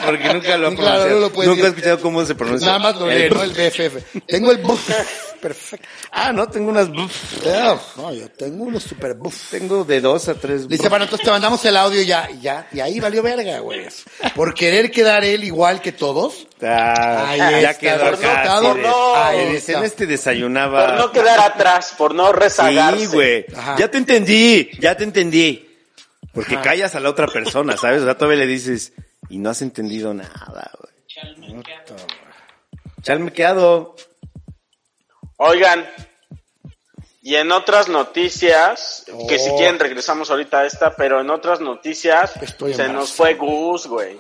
S2: Porque nunca lo ha
S3: Claro,
S2: pronunciado.
S3: no lo puedes
S2: nunca he
S3: decir.
S2: escuchado cómo se pronuncia.
S3: Nada más lo
S2: El
S3: lee, ¿no?
S2: buff.
S3: El BFF. Tengo el buff. Perfecto.
S2: Ah, no, tengo unas. buff.
S3: No, yo tengo unos super buff.
S2: Tengo de dos a tres.
S3: Dice,
S2: buff.
S3: bueno, entonces te mandamos el audio y ya, y ya, y ahí valió verga, güey. Por querer quedar él igual que todos.
S2: Ah,
S3: Ahí
S2: ya
S3: está,
S2: quedó
S3: por no,
S2: acá.
S3: por
S2: sí,
S1: no.
S2: de-
S3: Ahí
S2: en
S3: está.
S2: este- en este desayunaba.
S1: Por no quedar atrás, por no rezagarse.
S2: Sí, güey.
S3: Ajá.
S2: Ya te entendí, ya te entendí. Porque
S3: Ajá.
S2: callas a la otra persona, ¿sabes? O sea, todavía le dices, y no has entendido nada, güey. Chalmequeado.
S1: Oigan, y en otras noticias, que si
S3: Oh.
S1: quieren regresamos ahorita a esta, pero en otras noticias
S3: Estoy
S1: se
S3: en
S1: nos
S3: marzo.
S1: fue Gus, güey.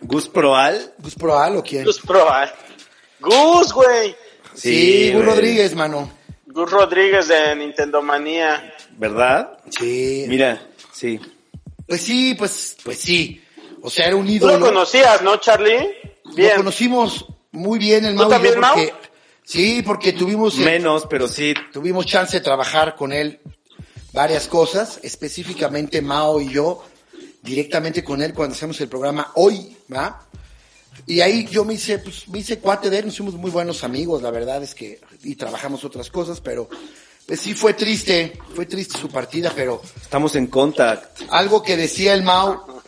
S2: Gus Proal.
S3: Gus Proal o Pues quién?
S1: Gus Proal. Gus, güey.
S3: Sí, Gus
S2: güey.
S3: Rodríguez, mano.
S1: Gus Rodríguez de Nintendo Manía.
S2: ¿Verdad?
S3: Sí.
S2: Mira, sí.
S3: Pues sí, pues, pues sí. O sea, era un
S1: Tú lo
S3: ídolo.
S1: conocías, ¿no, Charlie?
S3: Lo
S1: Bien.
S3: conocimos muy bien el Mau y yo
S1: también, Mau?
S3: porque, sí, porque tuvimos eh, el-
S2: Menos, pero sí.
S3: tuvimos chance de trabajar con él varias cosas, específicamente Mao y yo directamente con él cuando hacemos el programa hoy, ¿va? Y ahí yo me hice, pues, me hice cuate de él, nos hicimos muy buenos amigos, la verdad es que, y trabajamos otras cosas, pero pues sí fue triste, fue triste su partida, pero
S2: Estamos en contact.
S3: algo que decía el Mau,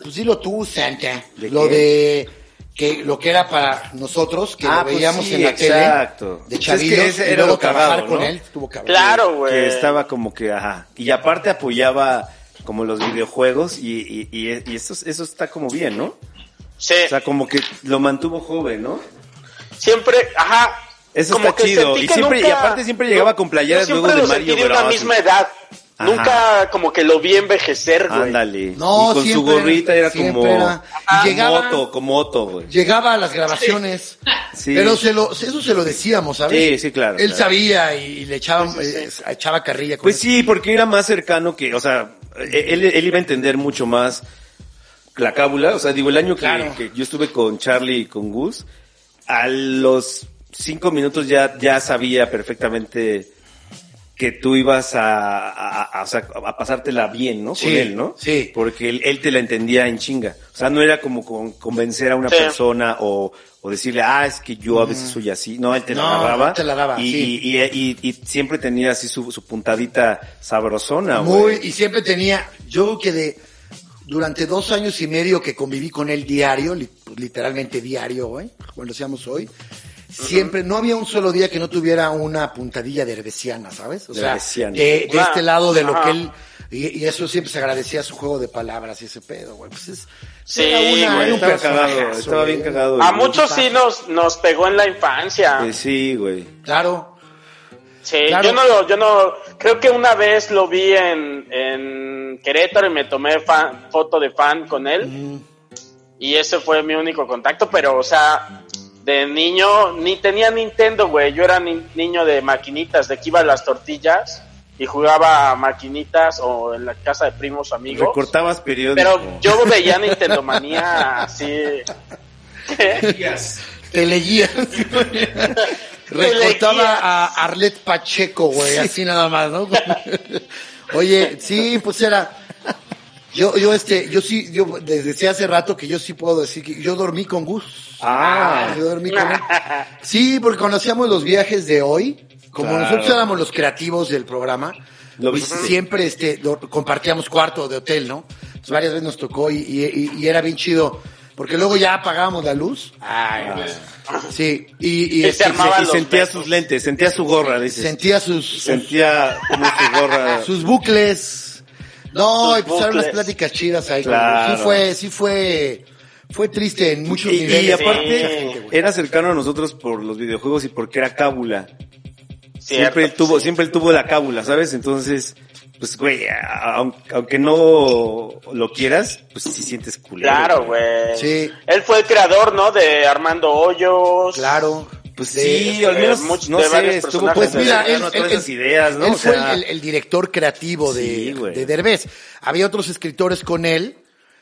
S3: pues dilo tú, Santa,
S2: ¿De
S3: lo
S2: qué?
S3: de que lo que era para nosotros, que
S2: Ah,
S3: lo
S2: pues
S3: veíamos
S2: sí,
S3: en la
S2: exacto.
S3: tele, de
S2: Pues es que
S3: chavillos,
S2: ese
S3: y
S2: era
S3: luego
S2: lo cagado,
S3: trabajar con
S2: ¿no?
S3: él, estuvo cabrón.
S1: Claro, güey.
S2: Que estaba como que, ajá. Y aparte apoyaba como los videojuegos y, y, y- y eso, eso está como bien, ¿no?
S1: Sí.
S2: O sea, como que lo mantuvo joven, ¿no?
S1: siempre, ajá.
S2: Eso
S1: como
S2: está
S1: que
S2: chido.
S1: sentí
S2: Y
S1: que
S2: siempre- y
S1: nunca-
S2: aparte siempre llegaba
S1: no,
S2: con playeras
S1: yo
S2: luego de
S1: siempre lo
S2: Mario
S1: sentí de una
S2: Bros.
S1: misma edad.
S2: Ajá.
S1: Nunca como que lo vi envejecer, güey.
S2: Ándale.
S3: No,
S2: y con
S3: siempre-
S2: su gorrita era
S3: siempre
S2: como,
S3: era. Y
S2: como
S3: llegaba-
S2: Otto, como Otto, güey.
S3: Llegaba a las grabaciones,
S2: Sí.
S3: pero se lo, eso se lo decíamos, ¿sabes?
S2: Sí, sí, claro,
S3: Él
S2: claro.
S3: sabía y, y le echaba, eh, echaba carrilla con
S2: Pues
S3: eso.
S2: sí, porque era más cercano que, o sea, él, él iba a entender mucho más la cábula. O sea, digo, el año que,
S3: Claro.
S2: que yo estuve con Charlie y con Gus, a los cinco minutos ya, ya sabía perfectamente que tú ibas a, a, a- o sea, a pasártela bien, ¿no?
S3: Sí,
S2: con él, ¿no?
S3: sí.
S2: Porque él, él te la entendía en chinga. O sea, no era como con- convencer a una
S1: Sí.
S2: persona o, o decirle, ah, es que yo a veces soy así. No, él te
S3: Mm. No,
S2: la agarraba.
S3: te la daba,
S2: y,
S3: sí.
S2: y, y- y- y siempre tenía así su, su puntadita sabrosona,
S3: Muy,
S2: güey.
S3: y siempre tenía, yo que de, durante dos años y medio que conviví con él diario, li- literalmente diario, güey, como lo hacíamos hoy, siempre, no había un solo día que no tuviera una puntadilla de herbesiana, ¿sabes? O sea, de,
S2: Herbesiana.
S3: de
S1: Ah,
S3: este lado de lo
S1: ajá.
S3: que él, y, y eso siempre se agradecía su juego de palabras y ese pedo, güey. Pues es,
S1: Sí,
S3: una-
S1: güey,
S2: Güey,
S1: era un
S2: estaba
S3: personajazo,
S2: cagado, estaba bien
S3: güey.
S2: cagado.
S1: A
S2: güey.
S1: muchos sí nos, nos pegó en la infancia.
S2: Eh, sí, güey.
S3: Claro,
S1: Sí,
S3: Claro.
S1: yo no lo, yo no, creo que una vez lo vi en, en Querétaro y me tomé fan- foto de fan con él y ese fue mi único contacto, pero o sea, de niño ni tenía Nintendo, güey, yo era ni- niño de maquinitas, de que iba a las tortillas y jugaba a maquinitas o en la casa de primos amigos,
S2: Recortabas periódico.
S1: pero yo veía Nintendo Manía así.
S3: te leía. Recortaba a Arlet Pacheco, güey, así nada más, ¿no? Oye, sí, pues era. Yo, yo, este, yo sí, yo desde decía hace rato que yo sí puedo decir que yo dormí con Gus.
S2: Ah.
S3: Yo dormí con él. Sí, porque cuando hacíamos los viajes de hoy, como
S2: Claro.
S3: nosotros éramos los creativos del programa,
S2: Lo
S3: pues
S2: viste.
S3: siempre este, do- compartíamos cuarto de hotel, ¿no? Pues varias veces nos tocó y, y- y- y era bien chido, porque luego ya apagábamos la luz. Ah. Sí, y, y,
S1: se
S3: este,
S1: armaba
S2: Y
S1: los
S2: sentía
S1: besos.
S2: sus lentes, sentía su gorra, dices.
S3: sentía sus,
S2: Sentía como su gorra.
S3: sus bucles. No,
S1: Sus
S3: y pues eran unas
S1: bucles.
S3: pláticas chidas ahí.
S2: Claro.
S3: Sí fue, sí fue, fue triste en muchos
S2: Y, y
S3: niveles.
S2: aparte,
S1: Sí.
S2: era cercano a nosotros por los videojuegos y porque era cábula.
S1: Cierto,
S2: siempre él tuvo,
S1: sí.
S2: siempre él tuvo la cábula, ¿sabes? Entonces, pues güey, a- aun- aunque no lo quieras, pues sí sientes culero.
S1: Claro, güey.
S3: Sí.
S1: Él fue el creador, ¿no? De Armando Hoyos.
S3: Claro.
S2: Pues
S3: De-
S2: sí,
S1: de-
S2: al menos,
S1: de muchos-
S2: no
S1: de
S2: sé,
S1: varios
S2: estuvo
S1: personajes.
S3: Pues
S2: como
S3: mira, él,
S2: cercano a
S3: él-
S2: todas esas
S3: él-
S2: ideas, ¿no?
S3: él
S2: O
S3: fue
S2: sea,
S3: el, el director creativo de,
S2: Sí, güey.
S3: de Derbez. Había otros escritores con él.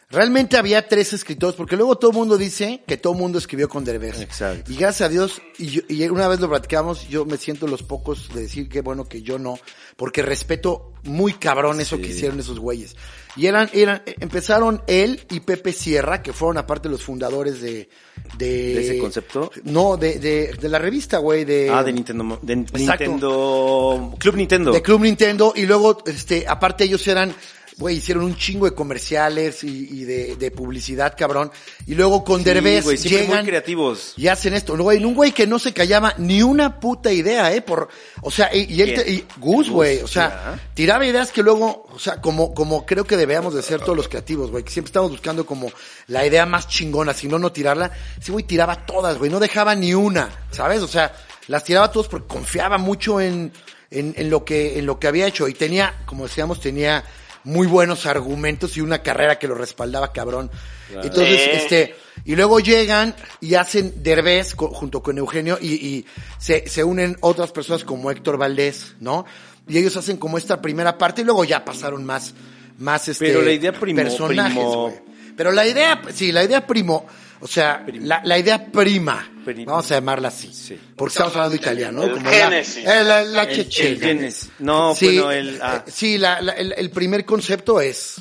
S3: Realmente había tres escritores, porque luego todo el mundo dice que todo el mundo escribió con Derbez.
S2: Exacto.
S3: Y gracias a Dios, y, yo- y una vez lo platicamos, yo me siento los pocos de decir que bueno que yo no, porque respeto muy cabrón eso que hicieron esos güeyes. Y eran, eran, empezaron él y Pepe Sierra, que fueron aparte los fundadores de, de,
S2: ¿De ese concepto?
S3: No, de, de, de la revista, güey, de.
S2: ah, de Nintendo, Mo- de
S3: Exacto.
S2: Nintendo, Club Nintendo.
S3: De Club Nintendo. Y luego, este, aparte ellos eran, güey, hicieron un chingo de comerciales y, y de, de publicidad, cabrón. Y luego con
S2: Sí,
S3: Derbez
S2: güey, siempre muy
S3: llegan
S2: creativos.
S3: y hacen esto. Güey, un güey que no se callaba ni una puta idea, eh, por, o sea, y, y él, te- y Gus, güey, o sea, tiraba ideas que luego, o sea, como, como creo que debíamos de ser todos los creativos, güey, que siempre estamos buscando como la idea más chingona, si no, no tirarla. Ese güey tiraba todas, güey, no dejaba ni una, ¿sabes? O sea, las tiraba todas porque confiaba mucho en, en, en lo que, en lo que había hecho y tenía, como decíamos, tenía muy buenos argumentos y una carrera que lo respaldaba cabrón. Entonces,
S1: Sí.
S3: este, y luego llegan y hacen Derbez co- junto con Eugenio y, y se, se unen otras personas como Héctor Valdés, ¿no? Y ellos hacen como esta primera parte y luego ya pasaron más, más este,
S2: Pero la idea primó,
S3: personajes,
S2: primó.
S3: güey. Pero la idea, sí, la idea primo, o sea,
S2: Primo.
S3: la, la idea prima,
S2: Primo.
S3: vamos a llamarla así,
S2: Sí.
S3: porque estamos hablando italiano,
S1: El
S3: ¿no? Como
S1: génesis.
S3: La, eh, la, la
S2: El- el
S3: chechena.
S2: génesis. No, bueno, el- ah.
S3: eh, sí, la- la- el, el primer concepto es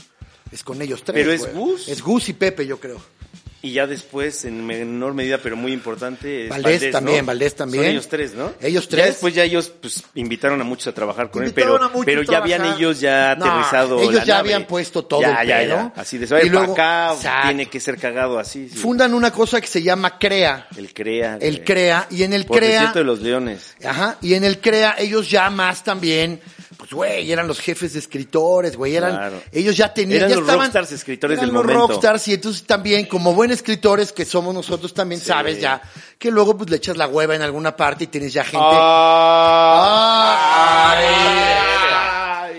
S3: Es con ellos tres.
S2: Pero es
S3: güey.
S2: Gus.
S3: Es Gus y Pepe, yo creo.
S2: Y ya después, en menor medida, pero muy importante. es
S3: Valdés
S2: ¿no?
S3: también, Valdés también.
S2: Son ellos tres, ¿no?
S3: Ellos
S2: Ya
S3: tres.
S2: después ya ellos pues, invitaron a muchos a trabajar con él,
S3: Invitaron
S2: pero,
S3: a muchos
S2: pero
S3: a
S2: ya habían
S3: trabajar.
S2: ellos ya
S3: No,
S2: aterrizado.
S3: ellos
S2: la
S3: ya
S2: nave.
S3: habían puesto todo
S2: Ya,
S3: el
S2: ya,
S3: pedo.
S2: ya. Así de, "Oye,
S3: Y luego-
S2: para acá
S3: Exacto.
S2: tiene que ser cagado así. sí.
S3: Fundan una cosa que se llama CREA.
S2: El CREA.
S3: El
S2: güey.
S3: CREA. Y en el
S2: Por
S3: CREA.
S2: desierto de los leones.
S3: Ajá, y en el CREA ellos ya más también, pues güey, eran los jefes de escritores, güey, eran,
S2: Claro.
S3: ellos ya tenían,
S2: Eran
S3: ya
S2: los
S3: estaban,
S2: rockstars escritores
S3: eran
S2: del
S3: los
S2: momento.
S3: rockstars y entonces también, como buen escritores que somos nosotros, también sabes ya, que luego pues le echas la hueva en alguna parte y tienes ya gente.
S2: Ah,
S3: Ay.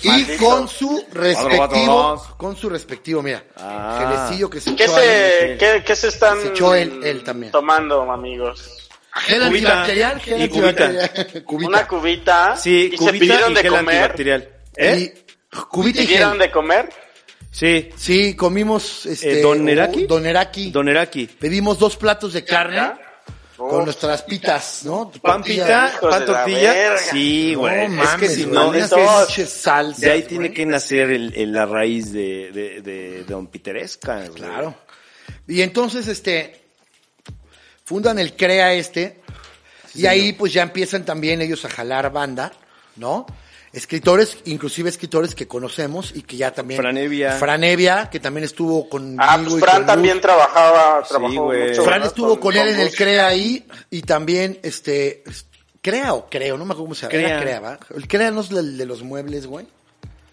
S3: Y con su respectivo, con su respectivo, mira,
S2: Ah.
S3: gelecillo que se
S1: ¿Qué
S3: echó ahí.
S1: se, qué, qué se están
S3: Se echó él- él también.
S1: tomando, amigos?
S3: Gel
S2: Cubita.
S3: antibacterial, gel
S2: Y cubita.
S3: antibacterial. Cubita.
S1: Una cubita.
S2: Sí,
S1: y
S2: cubita
S1: se pidieron
S2: y
S1: de
S2: gel
S1: comer.
S2: antibacterial. ¿Eh?
S3: Y cubita y
S1: ¿Pidieron
S3: gel.
S1: de comer?
S2: Sí,
S3: Sí, comimos este
S2: Eh, ¿doneraki?
S3: doneraki.
S2: Doneraki.
S3: Pedimos dos platos de carne
S1: Oh.
S3: con nuestras pitas, ¿no?
S2: Pan pita,
S1: Hijos
S2: pan
S1: de la
S2: tortilla.
S1: verga.
S2: Sí,
S3: No
S2: güey. es que
S3: mames,
S2: si
S3: güey,
S2: no,
S3: unas
S2: es que es-
S3: pinches salsas,
S2: de ahí
S3: güey.
S2: tiene que nacer el, el- la raíz de, de, de Don Piteresca. güey.
S3: Claro. Y entonces, este, fundan el CREA este, y ahí pues ya empiezan también ellos a jalar banda, ¿no? Escritores, inclusive escritores que conocemos y que ya también...
S2: Fran Evia.
S3: Fran Evia, que también estuvo con...
S1: Ah,
S3: Mingo
S1: pues
S3: y
S1: Fran
S3: con
S1: también
S3: Luz.
S1: trabajaba, trabajó
S2: güey.
S1: mucho.
S3: Fran
S1: ¿verdad?
S3: estuvo con él en el
S1: Gus.
S3: CREA ahí y también, este, es- CREA o creo, no me acuerdo cómo se llama. Era
S2: CREA.
S3: CREA, ¿va? El CREA no es el de los muebles, güey.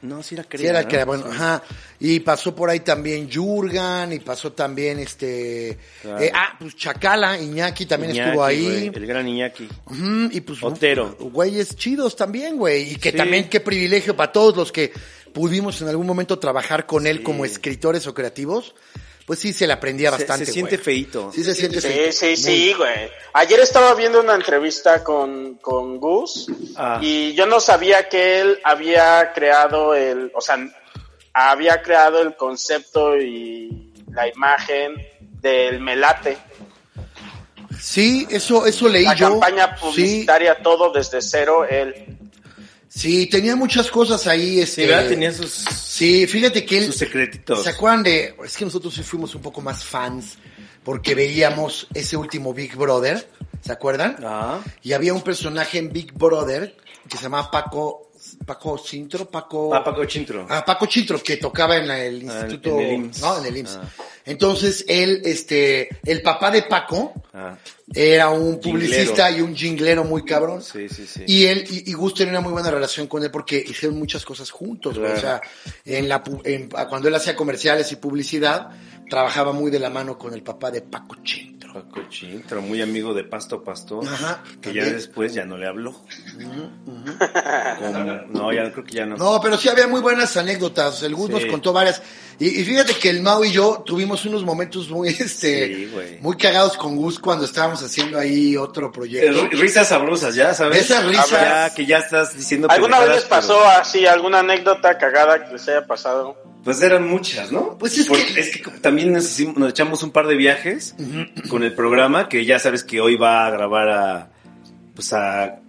S2: No, sí la creía.
S3: Sí, era el
S2: ¿no?
S3: que era bueno, ajá. Y pasó por ahí también Jurgan, y pasó también este.
S2: Claro.
S3: eh, ah, pues Chacala, Iñaki también
S2: Iñaki,
S3: estuvo ahí.
S2: güey, el gran Iñaki.
S3: Ujú, y pues.
S2: Otero.
S3: Güeyes chidos también, güey. Y que
S2: Sí.
S3: también qué privilegio para todos los que pudimos en algún momento trabajar con él
S2: Sí.
S3: como escritores o creativos. Pues sí, se le aprendía
S2: Se-
S3: bastante.
S2: se siente
S3: güey.
S2: feíto.
S3: Sí, se siente
S1: Sí,
S3: feíto.
S1: sí, sí, güey. Ayer estaba viendo una entrevista con, con Gus
S2: Ah.
S1: y yo no sabía que él había creado el, o sea, había creado el concepto y la imagen del melate,
S3: Sí, eso, eso leí
S1: la
S3: yo.
S1: campaña
S3: sí,
S1: publicitaria, todo desde cero, él.
S3: sí, tenía muchas cosas ahí. Este,
S2: Sí, ¿verdad? Tenía sus,
S3: Sí, fíjate que él.
S2: sus secretitos.
S3: ¿Se acuerdan de.? Es que nosotros sí fuimos un poco más fans porque veíamos ese último Big Brother. ¿Se acuerdan?
S2: Ah,
S3: Y había un personaje en Big Brother que se llamaba Paco. Paco Cintro, Paco.
S2: Ah, Paco Chintro.
S3: Ah, Paco Chintro, que tocaba en la- el
S2: Ah, en-
S3: instituto.
S2: en el IMSS.
S3: ¿no? En el IMSS.
S2: Ah.
S3: Entonces, él, este. El papá de Paco
S2: Ah,
S3: era un publicista
S2: Jinglero.
S3: y un jinglero muy cabrón.
S2: sí, sí, sí.
S3: Y él y, y Gus tenía una muy buena relación con él porque hicieron muchas cosas juntos, güey. O sea,
S2: Claro.
S3: en la, pu- en- cuando él hacía comerciales y publicidad, trabajaba muy de la mano con el papá de Paco Chintro.
S2: Paco Chintro, muy amigo de Pasto Pasto.
S3: Ajá,
S2: Que ya
S3: también.
S2: después ya no le habló. Como- no, ya creo que ya no.
S3: No, pero sí había muy buenas anécdotas. El Gus
S2: Sí.
S3: nos contó varias. Y, y fíjate que el Mau y yo tuvimos unos momentos muy,
S2: Sí,
S3: este,
S2: güey.
S3: muy cagados con Gus cuando estábamos haciendo ahí otro
S2: Eh,
S3: proyecto.
S2: ri- Risas sabrosas, ya sabes.
S3: Esas risas.
S2: Ya, que ya estás diciendo.
S1: ¿Alguna vez les
S2: pendejadas,
S1: pasó
S2: pero-
S1: así alguna anécdota cagada que les haya pasado?
S2: Pues eran muchas, ¿no?
S3: Pues es
S2: Porque
S3: que-
S2: es que como también nos, hicimos- nos echamos un par de viajes con el programa que ya sabes que hoy va a grabar a. Pues a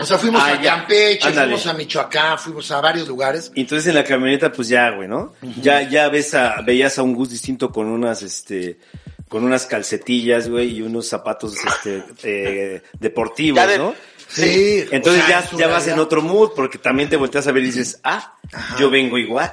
S3: O sea, fuimos
S2: Ah,
S3: a
S2: ya.
S3: Campeche,
S2: Ándale.
S3: fuimos a Michoacán, fuimos a varios lugares.
S2: Y Entonces en la camioneta, pues ya, güey, ¿no? Ya, ya ves a, veías a un Gus distinto con unas, este, con unas calcetillas, güey, y unos zapatos, este, eh, deportivos,
S1: Ya de-
S2: ¿no?
S3: Sí.
S2: Entonces
S3: o sea,
S2: ya,
S3: su
S2: ya vas en
S3: realidad.
S2: otro mood, porque también te volteas a ver y dices, ah, yo vengo igual.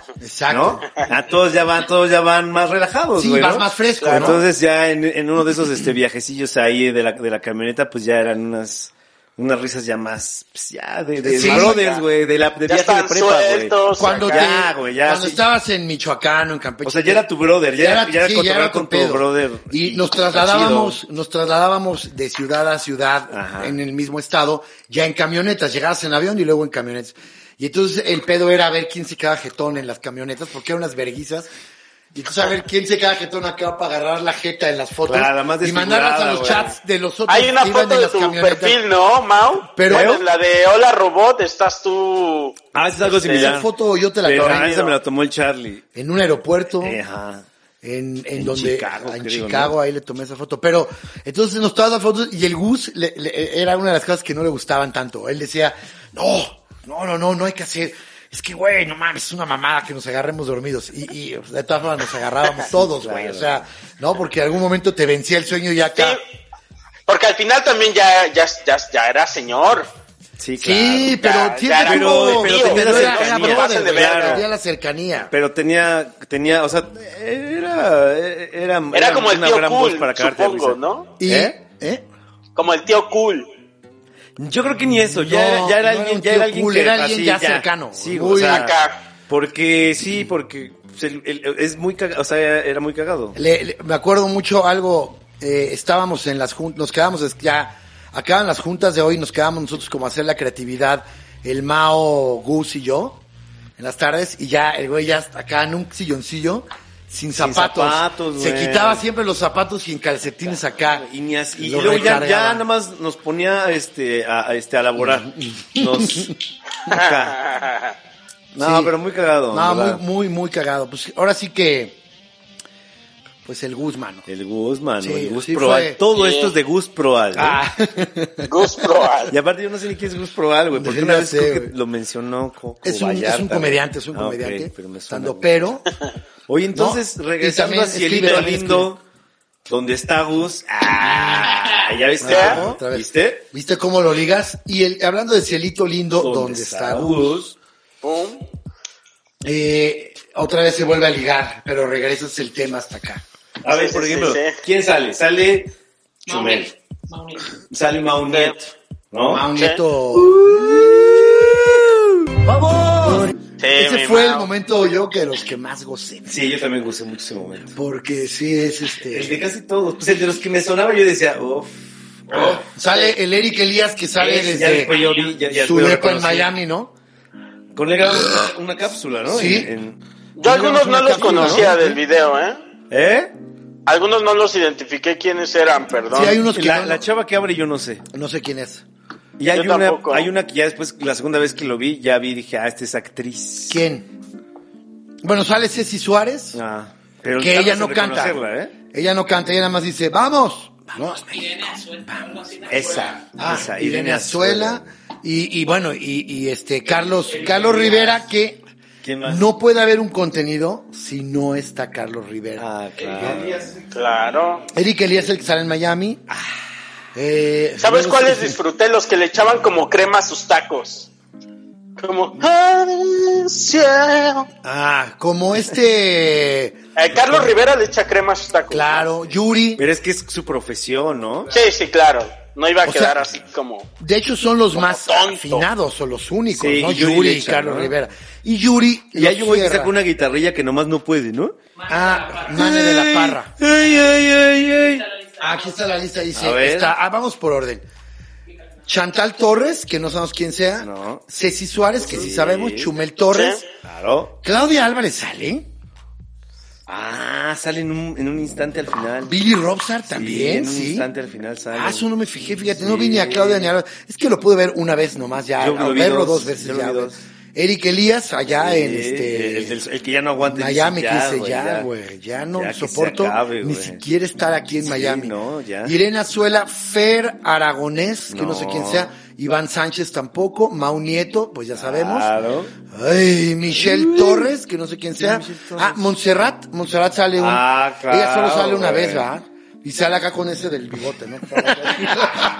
S2: ¿No?
S3: Exacto.
S2: Ah, todos ya van, todos ya van más relajados,
S3: Sí,
S2: güey.
S3: vas
S2: ¿no?
S3: más fresco, ¿no?
S2: Entonces ya en, en uno de esos, este, viajecillos ahí de la, de la camioneta, pues ya eran unas, unas risas ya más, pues ya, de, de
S3: Sí.
S2: brothers, güey, de la, de
S1: Ya
S2: viaje de
S1: están
S2: prepa, güey.
S1: sueltos.
S3: cuando
S1: acá.
S2: Ya,
S3: te-
S2: güey, ya,
S3: cuando
S2: sí.
S3: estabas en Michoacán o en Campeche.
S2: O sea, ya era tu brother, ya, era, ya era
S3: sí,
S2: cotorrear
S3: era
S2: con
S3: pedo.
S2: tu brother.
S3: Y nos
S2: está
S3: trasladábamos,
S2: chido.
S3: nos trasladábamos de ciudad a ciudad
S2: Ajá.
S3: en el mismo estado, ya en camionetas, llegabas en avión y luego en camionetas. Y entonces el pedo era ver quién se quedaba jetón en las camionetas, porque eran unas verguizas. Y entonces a ver quién se quedaba jetón acá para agarrar la jeta en las fotos
S2: Claro, la más
S3: y mandarlas a
S2: desfigurada,
S3: los
S2: güey.
S3: chats de los otros
S1: Hay una
S3: que iban
S1: foto
S3: en
S1: de
S3: las
S1: tu
S3: camionetas.
S1: perfil, ¿no, Mau?
S3: Pero-
S1: Bueno, la de Hola Robot, estás tú.
S2: Ah, eso es algo
S1: Este,
S2: similar.
S3: Esa foto yo te la
S2: Pero
S3: tomé.
S2: ah, esa me la tomó el Charlie.
S3: En un aeropuerto.
S2: Eh, Ajá.
S3: En, en,
S2: En
S3: donde,
S2: Chicago,
S3: en
S2: creo,
S3: Chicago,
S2: ¿no?
S3: ahí le tomé esa foto. Pero, entonces nos tomaba fotos y el Gus le- le- era una de las cosas que no le gustaban tanto. Él decía, no, no, no, no, no hay que hacer. es que, güey, no mames, es una mamada que nos agarremos dormidos. Y, y, pues, de todas formas nos agarrábamos todos, güey. O sea, ¿no? Porque en algún momento te vencía el sueño ya acá.
S1: Sí, porque al final también ya, ya, ya, ya era señor.
S2: Sí, claro.
S1: claro,
S3: Sí, pero siempre
S1: ya era
S3: tuvo-
S1: como
S2: pero
S3: tío,
S2: tenía
S3: pero
S2: la
S3: era- era
S2: cercanía.
S3: brother,
S1: Pasen de
S3: güey,
S1: verga.
S3: tenía la cercanía.
S2: Pero tenía, tenía, o sea, era, era,
S1: Era como el
S2: una
S1: tío
S2: gran voz
S1: cool,
S2: para cagarte de
S1: supongo,
S2: risa.
S1: ¿no?
S3: Y,
S2: ¿Eh?
S3: ¿eh?
S1: Como el tío cool.
S2: Yo creo que ni eso, ya,
S3: No,
S2: era, ya era
S3: no era
S2: alguien, ya
S3: un tío
S2: era alguien
S3: cool,
S2: que
S3: era alguien
S2: así,
S3: ya cercano,
S2: Sí,
S3: muy
S2: o sea,
S1: acá.
S2: porque sí, porque pues, el- el- es muy cagado, o sea, era muy cagado.
S3: Le- le- me acuerdo mucho algo, eh, estábamos en las juntas, nos quedamos es- ya, acaban las juntas de hoy, nos quedamos nosotros como a hacer la creatividad, el Mao, Gus y yo, en las tardes, y ya el güey ya está acá en un silloncillo, sin zapatos.
S2: zapatos,
S3: Se
S2: güey.
S3: quitaba siempre los zapatos y en calcetines acá.
S2: Y, ni así, y
S3: Lo
S2: luego ya,
S3: recargaba.
S2: ya nada más nos ponía este, a, a, este, a laborar. Nos, acá. No,
S3: Sí.
S2: pero muy cagado.
S3: No, muy,
S2: ¿verdad?
S3: muy, muy cagado. Pues ahora sí que, pues el Gus, mano.
S2: El Gus, mano,
S3: Sí,
S2: el Gus
S3: sí
S2: Proal.
S3: fue. Ah.
S2: Todo
S1: Sí.
S2: esto es de Gus Proal. ¿eh?
S1: Gus Proal.
S2: Y aparte yo no sé ni quién es Gus Proal, güey, porque
S3: Ya
S2: una vez
S3: sé,
S2: creo que
S3: güey.
S2: lo mencionó Coco
S3: Es un, es
S2: Vallarta,
S3: un
S2: güey.
S3: comediante, es un
S2: Ah, ok,
S3: comediante.
S2: pero me suena
S3: estando
S2: Gus.
S3: pero.
S2: Oye, entonces,
S3: No, y
S2: regresando a
S3: también
S2: Cielito
S3: escribe, también
S2: Lindo, donde está Gus. Ah, ¿ya viste?
S1: Ah,
S2: algo?
S3: otra vez.
S2: ¿Viste?
S3: ¿Viste cómo lo ligas? Y el, hablando de Cielito Lindo, donde está Gus?
S1: Pum.
S3: Eh, otra vez se vuelve a ligar, pero regresas el tema hasta acá.
S2: A ver,
S1: Sí,
S2: por
S1: sí,
S2: ejemplo,
S1: sí, sí.
S2: ¿quién sale? Sale Chumel.
S4: Maunet.
S2: Sale Maunet,
S3: A
S2: ¿no?
S3: un
S1: Sí.
S3: nieto.
S1: Sí, mi
S3: Ese fue el
S1: Mao.
S3: momento yo que los que más gocé.
S2: Sí, yo también gusté mucho ese momento.
S3: Porque sí es
S2: El de
S3: este.
S2: casi todos. Pues el de los que me sonaba yo decía, uff.
S3: Oh, Sale el Eric Elías que sale
S2: ya después
S3: desde
S2: yo vi, ya, ya
S3: su
S2: después yo
S3: depa en
S2: reconocí.
S3: Miami, ¿no?
S2: Con él grabamos una, una cápsula, ¿no?
S3: Sí.
S2: En- en-
S1: Yo algunos
S3: Una
S1: no los
S3: cápsula,
S1: conocía
S3: ¿no?
S1: del video, ¿eh?
S2: ¿Eh?
S1: Algunos no los identifiqué quiénes eran, perdón.
S3: Sí, hay unos que
S2: La,
S3: no,
S2: la chava que abre yo no sé.
S3: no sé quién es.
S2: Y hay
S1: Yo
S2: una,
S1: tampoco.
S2: hay una que ya después, la segunda vez que lo vi, ya vi y dije, ah, esta es actriz.
S3: ¿Quién? Bueno, sale Ceci Suárez,
S2: Ah, pero
S3: que
S2: tardas
S3: ella
S2: en
S3: no canta.
S2: reconocerla, ¿eh?
S3: Ella no canta, ella nada más dice, vamos. ¿no?
S4: Irene Azuela. algo así.
S2: Esa,
S3: Ah,
S2: esa,
S3: Irene, Azuela. Y, y bueno, y, y este Carlos,
S1: Eh,
S3: Carlos Rivera, que
S2: ¿Quién más?
S3: no puede haber un contenido si no está Carlos Rivera.
S2: Ah, claro.
S1: Claro.
S3: Eric Elías, el que sale en Miami.
S2: Ah.
S3: Eh,
S1: ¿Sabes
S3: luego-
S1: cuáles disfruté? Los que le echaban como crema a sus tacos. Como... "Ay, cielo".
S3: Ah, como este,
S1: Eh, Carlos Rivera le echa crema a sus tacos.
S3: claro, Yuri.
S2: Pero es que es su profesión, ¿no?
S1: Sí, sí, claro. No iba a
S3: O
S1: quedar
S3: sea,
S1: así como...
S3: De hecho, son los más
S1: tonto.
S3: afinados o los únicos,
S2: Sí,
S3: ¿no?
S2: y Yuri
S3: Yuri
S2: le
S3: y
S2: echa,
S3: Carlos
S2: ¿no?
S3: Rivera. Y Yuri.
S2: Y hay
S3: los
S2: un güey que
S3: cierra.
S2: saca una guitarrilla que nomás no puede, ¿no?
S3: Ah, Mane de la Parra.
S2: Ay, ay, ay, ay.
S3: Aquí está la lista, dice.
S2: A ver.
S3: está- ah, vamos por orden. Chantal Torres, que no sabemos quién sea.
S2: No.
S3: Ceci Suárez, que sí,
S2: Sí.
S3: sabemos. Chumel Torres.
S1: Sí.
S2: Claro.
S3: Claudia Álvarez sale.
S2: Ah, sale en un, en un instante al final.
S3: Billy Robsar
S2: Sí,
S3: también,
S2: En un
S3: sí.
S2: instante al final sale.
S3: Ah, eso no me fijé, fíjate. No
S2: Sí.
S3: vi ni a Claudia ni a Álvarez. Es que lo pude ver una vez nomás ya.
S2: Yo
S3: o
S2: lo vi
S3: verlo dos,
S2: dos,
S3: veces
S2: yo lo
S3: ya.
S2: vi
S3: güey.
S2: dos.
S3: Eric Elías allá
S2: Sí,
S3: en este.
S2: el, del- el que ya no aguanta. dice,
S3: Miami que dice
S2: güey,
S3: ya, güey, ya, no
S2: Ya que se
S3: soporto
S2: acabe,
S3: ni
S2: güey".
S3: siquiera estar aquí en
S2: Sí,
S3: Miami.
S2: no, ya.
S3: Irene Azuela, Fer Aragonés, que no.
S2: No.
S3: sé quién sea, Iván Sánchez tampoco, Mau Nieto, pues ya sabemos.
S2: Claro.
S3: Ay, Michelle Torres, que no sé quién sea. Ah, Montserrat, Montserrat sale un,
S2: Ah, claro,
S3: ella solo sale una
S2: güey.
S3: vez, ¿verdad? Y sale acá con ese del bigote, ¿no?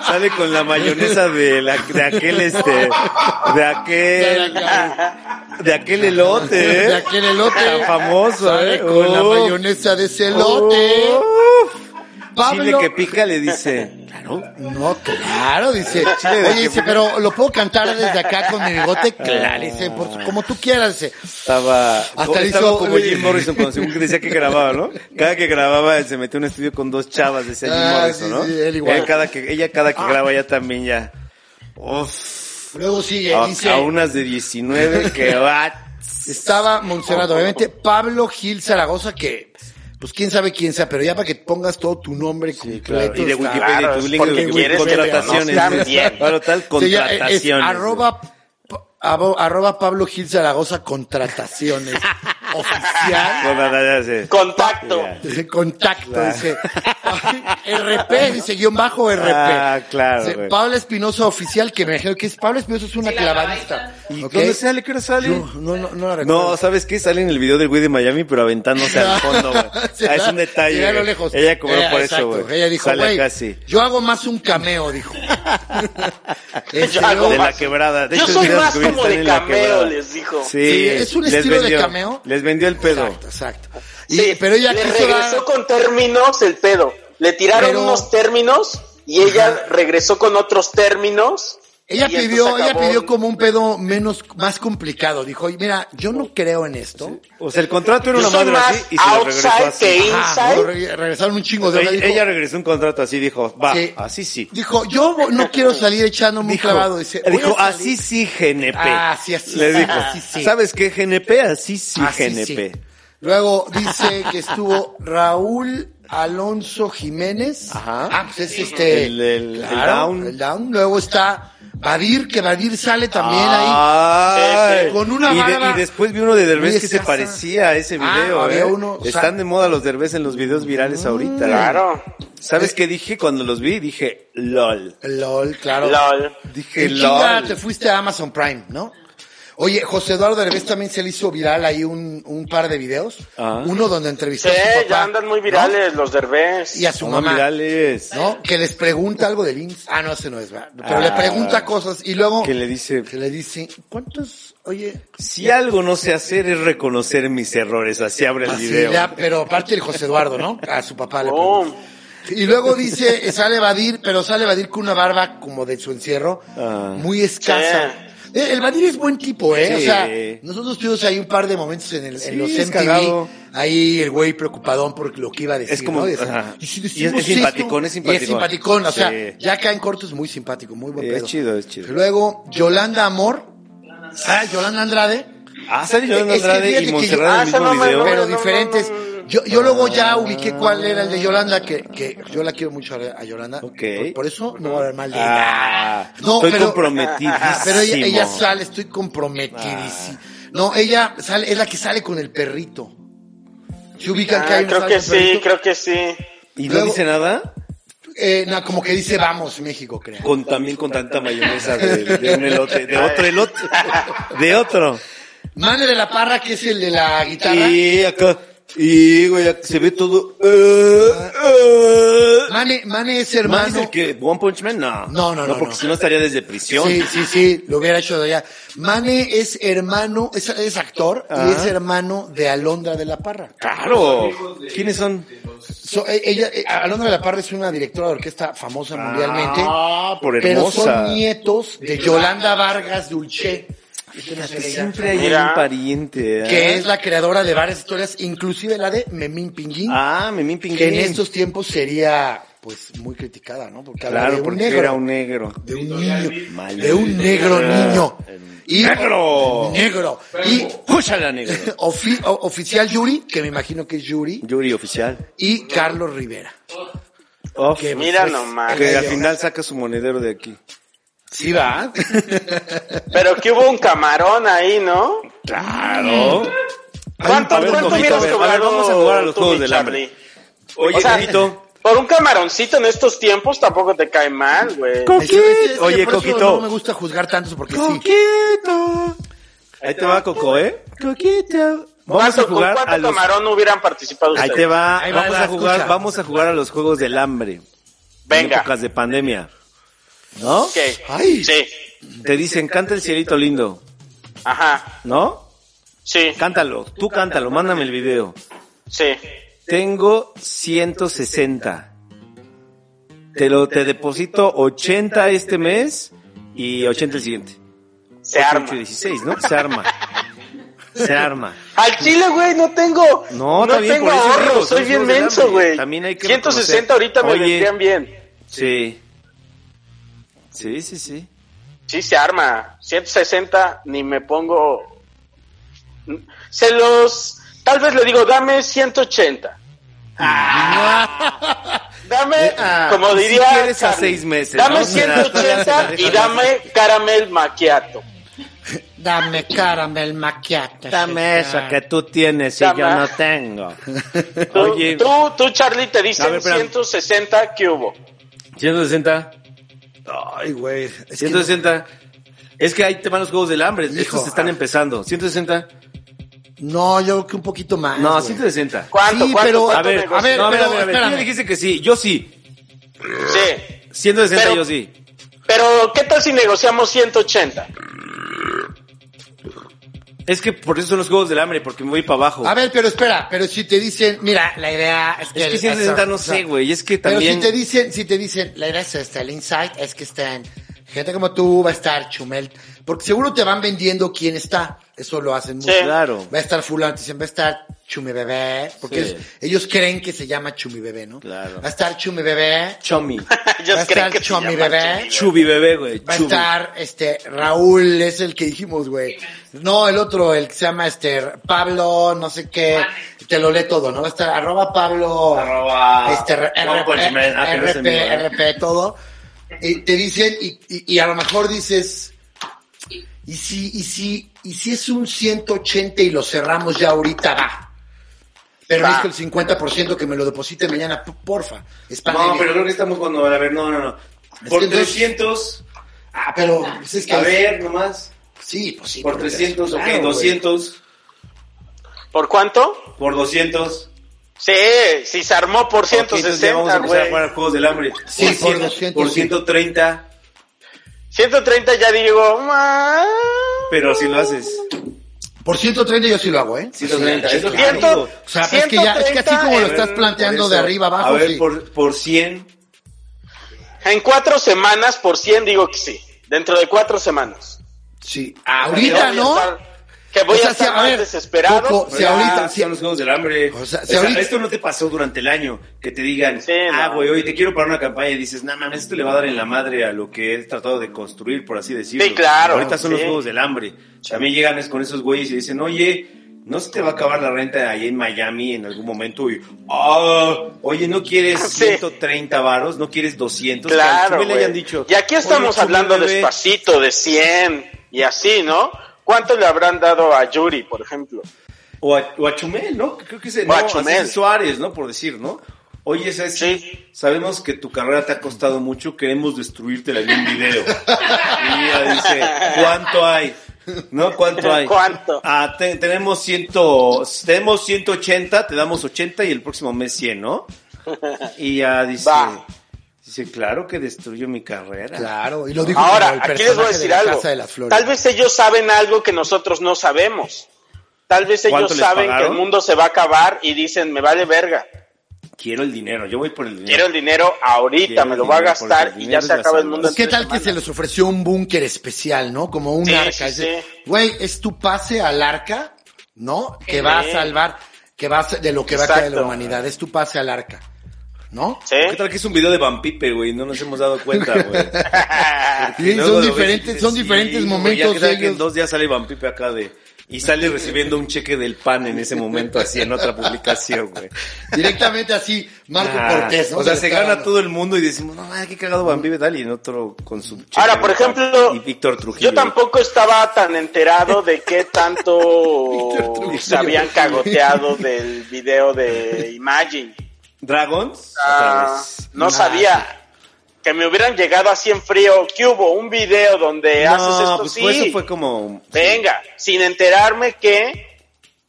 S2: Sale con la mayonesa de, la, de aquel este, de aquel, de aquel elote, ¿eh?
S3: De aquel elote.
S2: Tan famoso,
S3: Sale
S2: ¿eh?
S3: con la
S2: Uf.
S3: mayonesa de ese elote.
S2: Uf.
S3: Pablo-
S2: Chile que pica le dice, claro,
S3: No, claro, dice.
S2: Chile de
S3: Oye,
S2: que-
S3: dice, pero ¿lo puedo cantar desde acá con mi bigote? Claro, dice, por su- como tú quieras, dice.
S2: estaba,
S3: Hasta le
S2: estaba
S3: hizo-
S2: como Jim Morrison cuando según que decía que grababa, ¿no? Cada que grababa él se metió en un estudio con dos chavas, decía Jim
S3: Ah,
S2: Morrison,
S3: sí,
S2: ¿no?
S3: sí, él igual. Ah.
S2: Él cada que, ella cada que graba ya también ya. Uf.
S3: Luego sigue,
S2: a,
S3: dice,
S2: a unas de 19 que va.
S3: estaba Montserrat, obviamente, Pablo Gil Zaragoza, que, pues quién sabe quién sea, pero ya para que pongas todo tu nombre completo.
S2: Y de
S3: está-
S2: Wikipedia,
S1: Claro,
S2: y tu
S1: es
S2: link
S1: porque
S2: de
S1: quieres que
S2: contrataciones.
S1: reconozcan bien.
S2: Claro, tal,
S3: Sí, ya, eh, es-
S2: contrataciones.
S3: es arroba, pa- abo- arroba Pablo Gil Zaragoza, contrataciones.
S2: Contrataciones.
S3: oficial.
S1: Contacto.
S2: Ya.
S3: Contacto, dice. RP, dice guión bajo RP.
S2: Ah, claro,
S3: Dice,
S2: güey.
S3: Pablo Espinosa oficial, que me imagino que es Pablo Espinosa es una
S6: Sí, la
S3: clavadista.
S2: ¿Y
S3: ¿ok?
S2: dónde sale? ¿Qué hora sale?
S3: Yo no, no, no la recuerdo.
S2: No, ¿sabes qué? Sale en el video del güey de Miami, pero aventándose al fondo, güey.
S3: Sí,
S2: Ah, es un
S3: ¿verdad?
S2: detalle.
S3: Sí, a lo
S2: güey.
S3: lejos.
S2: Ella cobró
S3: Ella-
S2: por
S3: exacto.
S2: eso, güey.
S3: Ella dijo,
S2: Sale
S3: güey,
S2: acá así.
S3: yo hago más un cameo, dijo. Este,
S1: Yo hago
S2: De la
S1: más.
S2: quebrada. De
S1: Yo
S2: hecho,
S1: soy
S2: mira,
S1: más
S2: güey,
S1: como
S2: están
S1: de
S2: en la
S1: cameo,
S2: quebrada.
S1: les dijo.
S3: Sí, es un
S2: les
S3: estilo de
S2: vendió-
S3: cameo.
S2: Les vendió el pedo.
S3: Exacto, exacto. Y,
S1: Sí,
S3: pero ella
S1: le
S3: quiso dar-
S1: regresó con términos el pedo. Le tiraron
S3: Pero-
S1: unos términos y ella regresó con otros términos.
S3: Ella
S1: y entonces
S3: pidió, ella
S1: acabó-
S3: pidió como un pedo menos, más complicado. Dijo, "Oye, mira, yo no creo en esto.
S2: O sea, el contrato era
S1: Yo
S2: una
S1: soy
S2: madre así
S1: más
S2: y se lo regresó
S1: outside que
S2: así.
S3: Ajá,
S1: inside.
S3: luego re- regresaron un chingo de
S2: Ella,
S3: horas. Dijo,
S2: ella regresó un contrato así, dijo, va,
S3: Sí.
S2: así sí.
S3: dijo, yo no quiero salir echándome un clavado. Dice, "Voy a
S2: dijo,
S3: salir".
S2: así sí, GNP.
S3: Así, así,
S2: Le
S3: sí,
S2: dijo,
S3: así, sí.
S2: ¿sabes qué, GNP? Así sí,
S3: Así
S2: GNP.
S3: sí. Luego dice que estuvo Raúl Alonso Jiménez.
S2: Ajá.
S3: Ah, pues es este.
S2: El- el- el Down.
S3: el Down. Luego está Badir, que Badir sale también
S2: Ah.
S3: ahí.
S2: Ay.
S3: Eh, con una
S2: y, de-
S3: barba.
S2: y después vi uno de Derbez
S3: Muy
S2: que se
S3: escasa.
S2: parecía a ese
S3: Ah,
S2: video.
S3: había
S2: eh.
S3: uno, o sea- Mm.
S2: Están de moda los Derbez en los videos virales ahorita.
S1: Claro.
S2: ¿Sabes
S3: Eh,
S2: qué dije cuando los vi? Dije, LOL.
S3: LOL, claro.
S1: LOL.
S2: Dije,
S3: En chinga
S2: LOL.
S3: te fuiste a Amazon Prime, ¿no? Oye, José Eduardo Derbez también se le hizo viral ahí un, un par de videos.
S2: Ah.
S3: Uno donde entrevistó
S1: Sí,
S3: a su papá.
S1: ya andan muy
S3: ¿no?
S1: virales los derbés.
S3: Y a su
S2: Son
S3: mamá.
S2: virales.
S3: ¿No? Que les pregunta algo del IMSS. Ah, no, ese no es, ¿verdad? Pero
S2: Ah.
S3: le pregunta cosas y luego
S2: Que le dice,
S3: que le dice, ¿cuántos? Oye,
S2: si algo no sé hacer es reconocer mis errores. Así abre el
S3: así
S2: video.
S3: le ha- pero aparte el José Eduardo, ¿no? A su papá le
S1: Oh,
S3: pregunta. Y luego dice, eh, sale Badir, pero sale Badir con una barba como de su encierro,
S2: Ah.
S3: muy escasa. Eh, El Badir es buen tipo, ¿eh? O
S2: Sí.
S3: sea, nosotros tuvimos ahí un par de momentos en, el, en
S2: Sí,
S3: los
S2: es
S3: MTV.
S2: cagado.
S3: Ahí el güey preocupadón por lo que iba a decir.
S2: Es como-
S3: ¿no? Y decía,
S2: ajá.
S3: "¿Y si
S2: Y es-
S3: decimos
S2: es
S3: esto?".
S2: simpaticón, es
S3: Y
S2: simpaticón.
S3: simpaticón, o sea,
S2: Sí.
S3: ya acá en corto es muy simpático, muy buen
S2: Sí, es
S3: pedo.
S2: chido, es chido.
S3: Luego, Yolanda Amor. Ah, Yolanda Andrade.
S2: Ah, sale Yolanda
S3: Es que
S2: Andrade
S3: fíjate
S2: y
S3: que
S1: yo-
S2: Montserrat
S1: ah,
S2: en el
S1: esa
S2: mismo
S1: no me-
S2: video.
S1: no me-
S3: pero diferentes.
S1: no.
S3: Yo, yo luego ya ubiqué cuál era el de Yolanda, que, que yo la quiero mucho a a Yolanda.
S2: Ok.
S3: Por, por eso no voy a hablar mal de ella.
S2: Ah,
S3: No,
S2: estoy
S3: pero-
S2: comprometidísimo. Ah.
S3: Ah, Pero ella, ella sale, estoy comprometidísima. No, ella sale, es la que sale con el perrito. ¿Se ubican que
S1: ah,
S3: hay una
S1: creo
S3: sale
S1: que
S3: con el
S1: sí,
S3: perrito?
S1: creo que sí.
S2: ¿Y no
S3: Luego-
S2: dice nada?
S3: Eh, no, como que dice vamos, México, creo.
S2: Con, también con tanta mayonesa de, de un elote, de otro elote, de otro.
S3: Mane de la Parra, que es el de la guitarra.
S2: Y acá, y güey, acá se ve todo. eh, eh.
S3: Mane, Mane es
S2: ¿Más
S3: Ah, hermano.
S2: el que One Punch Man? No.
S3: No, no, no,
S2: porque
S3: no.
S2: si no estaría desde prisión.
S3: Sí, sí, sí, lo hubiera hecho de allá. Mane es hermano, es, es actor
S2: Ajá.
S3: y es hermano de Alondra de la Parra.
S2: Claro. ¿Quiénes son?
S3: So, eh, ella, eh, Alondra de la Parra es una directora de orquesta famosa mundialmente.
S2: Ah, por
S3: Pero
S2: hermosa.
S3: son nietos de Yolanda Vargas Dulce.
S2: Que siempre hay
S1: Mira.
S2: un pariente. ¿eh?
S3: Que es la creadora de varias historias, inclusive la de Memín Pinguín,
S2: Ah, Memín Pinguín.
S3: que en estos tiempos sería pues muy criticada, ¿no? Porque habla de
S2: Claro,
S3: un
S2: porque
S3: negro.
S2: era un negro.
S3: de un niño,
S2: Maldito.
S3: de un negro niño. Y,
S2: Ah. ¡Negro!
S3: Negro. Y
S2: ¡Cúchala, negro!
S3: ofi- o- oficial Yuri, que me imagino que es Yuri,
S2: Yuri oficial.
S3: y Carlos Rivera.
S2: Of,
S3: Que-
S1: Mira
S3: pues,
S1: nomás.
S2: que al final saca su monedero de aquí.
S3: Sí, va.
S1: Pero que hubo un camarón ahí, ¿no?
S2: Claro.
S1: ¿Cuánto,
S2: a ver,
S1: cuánto
S2: Tomito,
S1: hubieras
S2: a ver, a
S1: cobrado
S2: ver, vamos a jugar a los
S1: tú,
S2: Juegos
S1: mi
S2: del
S1: Charlie?
S2: Hambre. Oye,
S1: O sea,
S2: Coquito.
S1: Por un camaroncito en estos tiempos tampoco te cae mal, güey.
S2: Co-
S3: Es que- es que- es que
S2: Oye,
S3: por eso
S2: Coquito.
S3: No me gusta juzgar tantos porque sí.
S2: Coquito. Ahí te va, Coco, ¿eh? Coquito. Vamos a
S1: ¿Cuánto-
S2: jugar
S1: ¿Con
S2: a
S1: cuánto
S2: los...
S1: camarón hubieran participado
S2: Ahí
S1: ustedes?
S2: te va.
S3: Ahí va,
S2: Vamos
S3: va,
S2: a jugar,
S3: escucha.
S2: vamos a jugar a los Juegos del Hambre. En
S1: Venga.
S2: épocas de pandemia. ¿No?
S1: Ok.
S3: Ay.
S1: Sí.
S2: Te dicen, canta el cielito lindo.
S1: Ajá.
S2: ¿No?
S1: Sí.
S2: Cántalo. Tú cántalo, mándame el video.
S1: Sí.
S2: Tengo 160. Te lo te deposito 80 este mes y 80 el siguiente.
S1: Se
S2: 8,
S1: arma.
S2: 8, 16, ¿no? Se arma. Se arma.
S1: Al chile, güey, no tengo.
S2: No, está bien,
S1: tengo
S2: por eso
S1: ahorro,
S2: digo,
S1: soy
S2: son
S1: bien
S2: juegos del
S1: menso,
S2: hambre,
S1: güey.
S2: también hay que
S1: 160
S2: reconocer.
S1: ahorita me
S2: Oye.
S1: vendrían bien.
S2: Sí. Sí, sí, sí.
S1: Sí, se arma. 160 ni me pongo. Se los. Tal vez le digo, dame 180. Dame,
S2: Ah,
S1: como
S2: y si
S1: diría.
S2: quieres a
S1: Charlie,
S2: seis meses,
S1: Dame
S2: ¿no? Mira, todavía se la
S1: 180
S2: deja
S1: y dame caramel macchiato.
S6: Dame caramel maquiate.
S2: Dame eso que tú tienes y
S1: Dame.
S2: yo no tengo.
S1: Tú,
S2: Oye,
S1: tú, tú, Charlie, te
S2: A
S1: dicen
S2: ver, espérame.
S1: 160 que hubo.
S2: 160,
S3: Ay, güey. Es que
S2: 160. Es que ahí te van los juegos del hambre.
S3: Hijo,
S2: Estos están
S3: ah.
S2: empezando. 160.
S3: no, yo creo que un poquito más.
S2: No,
S3: güey.
S2: 160.
S1: ¿Cuánto?
S3: Sí,
S1: cuánto,
S3: pero-
S1: cuánto
S2: A ver,
S1: negocio?
S2: a ver,
S3: No,
S2: a ver,
S3: pero
S2: a ver. Tú
S3: espérame.
S2: me dijiste que sí. Yo sí.
S1: Sí.
S2: 160
S1: Pero-
S2: yo sí.
S1: Pero, ¿qué tal si negociamos 180?
S2: Es que por eso son los juegos del hambre, porque me voy para abajo.
S3: A ver, pero espera, pero si te dicen, mira,
S6: Mira, la idea es que...
S2: es que
S6: el-
S2: 160
S6: eso,
S2: no
S6: o sea,
S2: sé, güey. Es que
S3: pero si
S2: también...
S3: te dicen, si te dicen,
S6: La idea es esta, el insight es que estén...
S3: gente como tú va a estar Chumel, porque seguro te van vendiendo quién está, eso lo hacen mucho.
S1: Sí.
S2: Claro.
S3: Va a estar fulano, te dicen, va a estar Chumi Bebé, porque
S2: Sí.
S3: ellos, ellos creen que se llama Chumi Bebé, ¿no?
S2: Claro.
S3: Va a estar Chumi Bebé,
S2: Chomi.
S1: Ellos
S3: Va a
S1: creen
S3: estar
S1: que se
S3: Chomi
S1: llama
S3: Bebé.
S1: Chomi.
S2: Chubi bebé, güey.
S3: va a
S2: Chubi.
S3: estar este Raúl, es el que dijimos, güey. No, el otro, el que se llama este Pablo, no sé qué, te lo lee todo, ¿no? Va a estar arroba Pablo,
S2: Arroba
S3: este R-
S2: Juan
S3: RP,
S2: Colchimel. Ah, pero ese mío, ¿eh?
S3: RP, RP, todo. Y te dicen, y, y- y a lo mejor dices, y si, y si, y si es un 180 y lo cerramos ya ahorita, va. Pero
S1: Va.
S3: necesito el 50% que me lo deposite mañana, p- porfa. Es
S2: No,
S3: pandemia.
S2: pero creo que estamos cuando... A ver, no, no, no.
S3: Es
S2: Por
S3: que entonces-
S2: 300...
S3: Ah, pero, pues, es que-
S2: A ver, nomás.
S3: Sí, pues sí.
S2: Por
S3: porque-
S2: 300, ok,
S3: claro, güey.
S2: 200.
S1: ¿Por cuánto?
S2: Por 200.
S1: Sí, si se armó por
S2: Ok, entonces ya
S1: 160,
S2: vamos a
S1: güey.
S2: empezar a jugar Juegos del Hambre.
S3: Sí, por
S2: 100,
S3: 200,
S2: Por
S3: sí.
S2: 130,
S1: 130 ya digo, "Ah".
S2: pero si lo haces.
S3: Por 130 yo sí lo hago, ¿eh?
S2: 130,
S3: Sí,
S2: es lo que
S3: claro.
S1: digo.
S3: O sea, es que ya, es que así
S1: 130
S3: como lo
S1: en-
S3: estás planteando de arriba abajo,
S2: A ver,
S3: sí.
S2: por, por 100.
S1: en cuatro semanas por 100 digo que sí. Dentro de cuatro semanas.
S3: Sí.
S1: Que
S2: Ah,
S3: Ahorita,
S1: voy a
S3: ¿no?
S1: estar- que voy
S3: O sea,
S1: a estar
S3: sí, a
S1: más
S3: ver,
S1: desesperado.
S3: Coco, Si
S2: Ah,
S3: ahorita- si-
S2: son los Juegos del Hambre.
S3: O sea, si
S2: O sea,
S3: ahorita-
S2: Esto no te pasó durante el año. Que te digan,
S1: Sí,
S2: ah,
S1: no.
S2: güey, hoy te quiero para una campaña. Y dices, no mames, esto le va a dar en la madre a lo que he tratado de construir, por así decirlo.
S1: Sí, claro,
S2: Ahorita son los
S1: sí.
S2: Juegos del Hambre. También llegan es con esos güeyes y dicen, oye, ¿no se te va a acabar la renta ahí en Miami en algún momento? Y, ah, oye, ¿no quieres
S1: Sí.
S2: 130 varos? ¿No quieres 200? Que al
S1: Claro,
S2: chumel le
S1: güey.
S2: hayan dicho,
S1: y aquí estamos
S2: "Oye, chumel,
S1: hablando
S2: bebé,
S1: despacito de 100 y así, ¿no? ¿Cuánto le habrán dado a Yuri, por ejemplo?
S2: O a, o a Chumel, ¿no? Creo que es
S1: O a
S2: no,
S1: Chumel.
S2: así es Suárez, ¿no? Por decir, ¿no? Oye, ¿sabes?
S1: Sí.
S2: sabemos que tu carrera te ha costado mucho, queremos destruírtela en un video. Y ella dice, ¿cuánto hay? ¿No? ¿Cuánto hay?
S1: ¿Cuánto?
S2: Ah, te- tenemos, ciento, tenemos 180, te damos 80 y el próximo mes 100, ¿no? Y ya dice,
S1: Va.
S2: dice, claro que destruyó mi carrera.
S3: Claro, y lo dijo como
S1: Ahora,
S3: el
S1: aquí les voy a
S3: personaje
S1: decir
S3: de la
S1: algo.
S3: Casa de las Flores.
S1: Tal vez ellos saben algo que nosotros no sabemos. Tal vez
S2: ¿Cuánto
S1: ellos
S2: les
S1: saben que
S2: pagaron?
S1: el mundo se va a acabar y dicen, me vale verga.
S2: Quiero el dinero, yo voy por el dinero.
S1: Quiero el dinero ahorita,
S2: Quiero
S1: me
S2: el
S1: lo voy a
S2: dinero,
S1: gastar
S2: porque el
S1: y ya
S2: dinero
S1: se
S2: es la
S1: acaba el
S2: salvación.
S1: mundo. en
S3: Pues, ¿Qué
S1: tres
S3: tal que
S1: semanas.
S3: se les ofreció un búnker especial, no? Como un
S1: Sí,
S3: arca.
S1: sí,
S3: Ese-
S1: sí.
S3: Güey, es tu pase al arca, ¿no?
S2: Eh.
S3: Que va a
S1: Sí.
S3: salvar, que va a ser- de lo que va a caer de la
S1: Exacto.
S3: humanidad. Es tu pase al arca, ¿no?
S1: ¿Sí?
S2: ¿Qué tal que es un video de Van Pipe, güey? No nos hemos dado cuenta, güey.
S3: Sí,
S2: Y luego lo
S3: son
S2: ves y
S3: diferentes,
S2: dices,
S3: son
S2: sí,
S3: diferentes
S2: güey, ya
S3: momentos
S2: que sabe que
S3: ellos.
S2: en dos días sale Van Pipe acá de... Y sale recibiendo un cheque del pan en ese momento, así en otra publicación, güey.
S3: Directamente así, Marco
S2: Ah,
S3: Cortés. ¿no?
S2: o sea,
S3: le
S2: se
S3: está
S2: gana
S3: dando.
S2: todo el mundo y decimos, no, madre, qué cagado Van Pipe tal, y en otro con su cheque
S1: Ahora, por
S2: del pan.
S1: ejemplo,
S2: Y Víctor Trujillo.
S1: yo tampoco estaba tan enterado de qué tanto
S3: Trujillo.
S1: se habían cagoteado del video de Imagine.
S2: ¿Dragons? Otra
S1: Ah,
S2: vez.
S1: no sabía. Que me hubieran llegado así en frío. que hubo? Un video donde haces
S2: No,
S1: esto.
S2: pues
S1: sí.
S2: fue- eso fue como...
S1: Venga, sin enterarme que...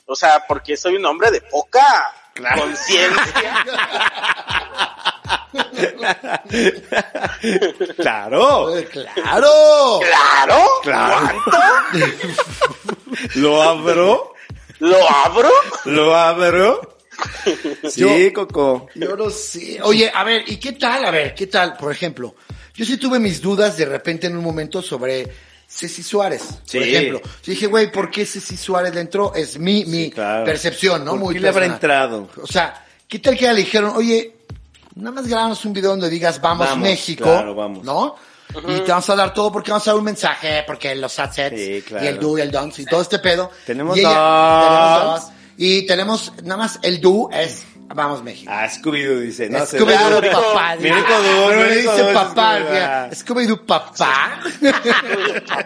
S1: O sea, porque soy un hombre de poca
S2: Claro.
S1: conciencia.
S2: ¡Claro!
S3: Eh, ¡Claro!
S1: claro.
S2: Claro.
S1: ¿Cuánto?
S2: Lo abro,
S1: ¿Lo abro?
S2: lo abro. Sí, Coco.
S3: Yo no sé. Oye, a ver, ¿y qué tal? A ver, ¿qué tal? Por ejemplo, yo sí tuve mis dudas de repente en un momento sobre Ceci Suárez,
S2: Sí.
S3: por ejemplo. Yo dije, güey, ¿por qué Ceci Suárez le entró? Es mi, mi
S2: claro.
S3: percepción, ¿no?
S2: ¿Por
S3: Muy
S2: qué le habrá
S3: personal.
S2: entrado?
S3: O sea, ¿qué tal que le dijeron, oye, nada más grabamos un video donde digas vamos,
S2: Vamos,
S3: México,
S2: claro, vamos.
S3: ¿no? Y te vamos a dar todo porque vamos a dar un mensaje, porque los assets
S2: Sí, claro.
S3: y el do y el don't y todo este pedo.
S2: Tenemos
S3: y
S2: dos.
S3: tenemos dos. Y tenemos, nada más el do es
S6: Vamos, México.
S2: Ah, Scooby-Doo dice. No sé.
S6: Scooby-Doo,
S1: Claro,
S6: papá.
S2: Mira cómo-
S6: Pero le
S2: mira
S6: dice
S2: cómo-
S6: papá.
S2: Scooby-Doo,
S6: mira,
S2: ah.
S6: Scooby-Doo, papá.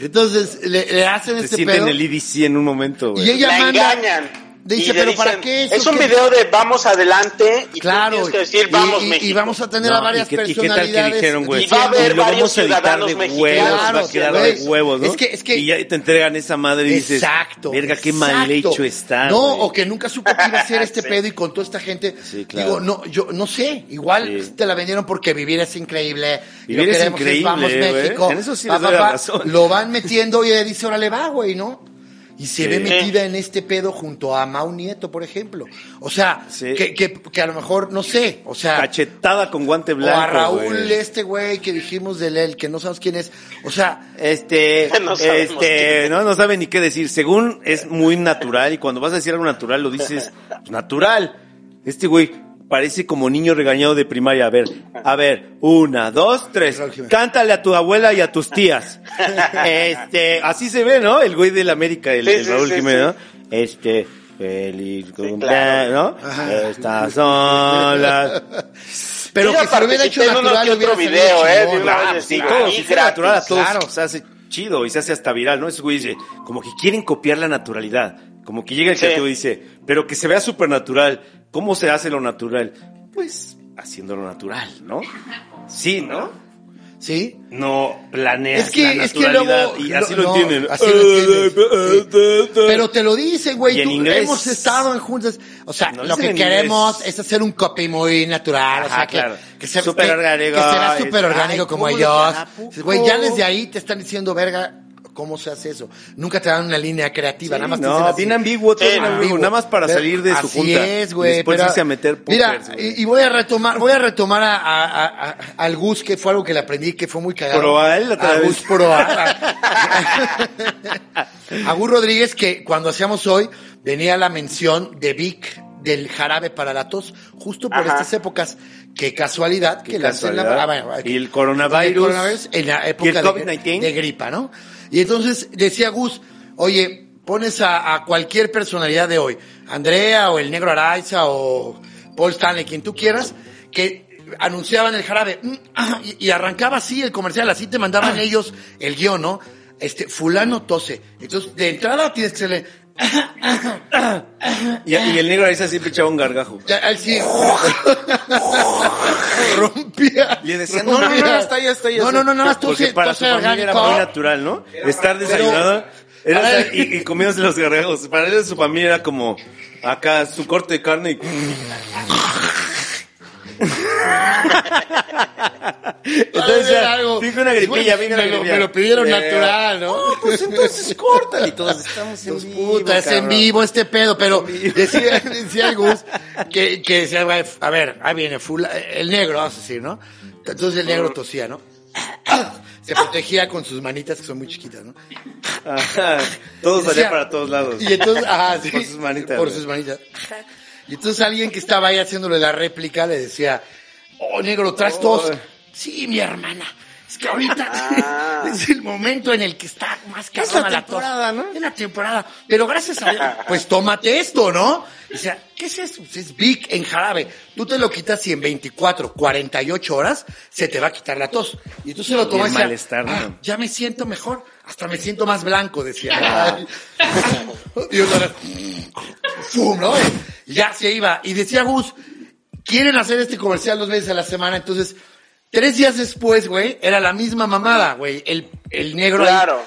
S3: Entonces, le, le hacen
S2: Se
S3: este
S2: sienten
S3: pedo.
S2: el IDC en un momento, güey.
S3: Y ella
S1: la
S3: manda.
S1: engañan.
S3: Dice,
S1: Y le
S3: ¿pero para qué eso?
S1: Es un
S3: ¿Qué?
S1: video de vamos adelante y
S3: Claro.
S1: tú tienes que decir
S3: y-
S1: vamos
S3: y,
S1: México.
S3: y vamos a tener
S2: No,
S3: a varias
S2: ¿y qué- y qué tal que
S3: personalidades.
S2: dijeron, güey?
S1: Y va a haber
S2: Y lo
S1: varios
S2: vamos a editar de
S1: ciudadanos mexicanos.
S2: huevos, va a
S3: Claro,
S2: quedar
S3: güey.
S2: de huevos, ¿no?
S3: Es que- es que-
S2: Y ya te entregan esa madre y dices,
S3: exacto.
S2: verga, qué
S3: exacto.
S2: mal hecho está.
S3: No,
S2: güey".
S3: o que nunca supo que iba a ser este
S1: Sí.
S3: pedo y con toda esta gente.
S2: Sí, claro.
S3: Digo, no, yo no sé. Igual
S2: Sí.
S3: te la vendieron porque vivir es increíble.
S2: Vivir
S3: lo
S2: es
S3: queremos,
S2: increíble,
S3: Vamos,
S2: güey.
S3: México.
S2: En eso sí
S3: Pa,
S2: les
S3: pa,
S2: doy la
S3: pa.
S2: razón.
S3: Lo van metiendo y ella dice, órale, va, güey, ¿no? Y se
S2: Sí.
S3: ve metida en este pedo junto a Mau Nieto, por ejemplo. O sea,
S2: Sí.
S3: que, que, que a lo mejor, no sé, o sea...
S2: Cachetada con guante
S3: O
S2: blanco.
S3: a Raúl,
S2: güey.
S3: este güey que dijimos del él, que no sabemos quién es. O sea,
S2: Este,
S1: No sabemos
S2: este, no, no sabe ni qué decir. Según es muy natural y cuando vas a decir algo natural lo dices pues, natural. Este güey parece como niño regañado de primaria. A ver, a ver, una, dos, tres. Cántale a tu abuela y a tus tías. Este, así se ve, ¿no? El güey del América, el,
S1: Sí,
S2: el
S1: sí,
S2: Raúl
S1: sí,
S2: Jiménez,
S1: sí.
S2: ¿no? Este, feliz cumpleaños,
S1: claro.
S2: ¿no? Estas son las...
S3: pero
S1: Yo
S3: que se lo hubiera
S1: participé
S3: hecho
S1: en uno
S3: natural
S1: que otro
S3: hubiera salido
S1: video, eh,
S3: chingón.
S1: de una-
S2: Ah,
S1: Oye,
S2: sí,
S1: sí,
S2: como
S1: ahí
S2: si fuera
S1: gratis,
S2: natural a todos
S3: claro.
S2: se hace chido y se hace hasta viral, ¿no? Esos güeyes eh, como que quieren copiar la naturalidad. Como que llega el
S1: Sí.
S2: creativo y dice, pero que se vea súper natural. ¿Cómo se hace lo natural? Pues haciéndolo natural, ¿no? Sí, ¿no?
S3: Sí.
S2: No planeas
S3: Es que-
S2: la
S3: es que
S2: naturalidad
S3: luego-
S2: y así lo
S3: no,
S2: Eh,
S3: no,
S2: entienden.
S3: así lo
S2: eh,
S3: entienden, Pero te lo dicen,
S2: Y
S3: güey.
S2: en
S3: tú-
S2: inglés.
S3: Hemos estado en juntas. O sea,
S2: No
S3: lo
S2: dicen
S3: que
S2: en inglés.
S3: queremos es hacer un copy muy natural. o
S2: Ajá,
S3: sea, que,
S2: claro.
S3: que, se,
S2: Súper
S3: que-
S2: orgánico.
S3: que será
S2: Ay,
S3: súper orgánico
S2: ay,
S3: como
S2: ¿cómo
S3: ellos.
S2: lo hará, poco?
S3: Güey, ya desde ahí te están diciendo, verga, ¿cómo se hace eso? Nunca te dan una línea creativa. nada más te dicen
S2: no,
S3: así.
S2: bien ambiguo, todo
S1: Sí,
S2: bien ambiguo,
S3: ambiguo.
S2: nada más para
S3: Pero
S2: salir de su
S3: así
S2: junta.
S3: es, güey.
S2: Después
S3: pero-
S2: irse a meter
S3: Mira,
S2: pokers, güey.
S3: y, y voy a retomar, voy a retomar a, a- a- a- al Gus, que fue algo que le aprendí, que fue muy cagado.
S2: Proal, otra
S3: A
S2: vez.
S3: Gus Proal. a Gus Rodríguez, que cuando hacíamos hoy, venía la mención de Vic del jarabe para la tos, justo por
S1: Ajá.
S3: estas épocas. Qué casualidad que lancen la...
S2: casualidad.
S3: ah, bueno,
S2: Y el coronavirus.
S3: el coronavirus en la época de-
S2: COVID-19.
S3: de gripa, ¿no? Y entonces decía Gus, oye, pones a, a cualquier personalidad de hoy, Andrea o el Negro Araiza o Paul Stanley, quien tú quieras, que anunciaban el jarabe mm, ah, y, y arrancaba así el comercial, así te
S2: Ah.
S3: mandaban ellos el guión, ¿no? Este, fulano tose. Entonces, de entrada tienes que hacerle,
S2: Y, y el negro Araiza siempre echaba un gargajo.
S3: ya, así, rompía.
S2: Le decían, no, no, no,
S3: rompía.
S2: hasta ahí, hasta ahí.
S3: No, no, no, nada más
S2: Porque
S3: tose,
S2: para su
S3: tose
S2: familia era
S3: orgánico.
S2: muy natural, ¿no? Estar desayunado
S3: Pero-
S2: era
S3: A
S2: estar-
S3: ver.
S2: y, y comiéndose los gargajos. Para él su familia era como acá su corte de carne y... Entonces,
S3: Era
S2: ya,
S3: algo.
S2: dijo una gripilla,
S3: Igual,
S2: venga
S3: me
S2: una
S3: lo-
S2: gripilla.
S3: me lo pidieron
S2: Eh,
S3: natural, ¿no?
S2: Pues entonces cortan y todos estamos en vivo.
S3: Puta, es en
S2: cabrón.
S3: vivo este pedo, pero decía, decía el Gus que, que decía, "Güey, a ver, ahí viene fula- el negro, vamos a decir, ¿no? Entonces el negro tosía, ¿no? Se protegía con sus manitas que son muy chiquitas, ¿no?
S2: Ajá, Todo
S3: Decía-
S2: salía para todos lados.
S3: Y entonces, ajá, sí,
S2: Por sus manitas,
S3: por
S2: güey.
S3: sus manitas. Y entonces alguien que estaba ahí haciéndole la réplica le decía, oh, negro, ¿traes tos?
S2: Oh.
S6: Sí, mi hermana. Es que ahorita
S1: Ah.
S6: es el momento en el que está más
S3: Es
S6: cabrona
S3: la
S6: la tos.
S3: temporada, ¿no?
S6: Es la temporada.
S3: Pero gracias a Dios, pues tómate esto, ¿no? O sea, ¿qué es eso? Pues es Vic en jarabe. Tú te lo quitas y en 24, 48 horas se te va a quitar la tos. Y tú se lo tomas
S2: el
S3: y decía,
S2: malestar, ¿no?
S3: "Ah, ya me siento mejor, hasta me siento más blanco, decía. y otra vez, ¡fum! ¿no? Y Ya se iba. Y decía Gus, quieren hacer este comercial dos veces a la semana, entonces... Tres días después, güey, era la misma mamada, güey. El, el negro ahí,
S1: Claro.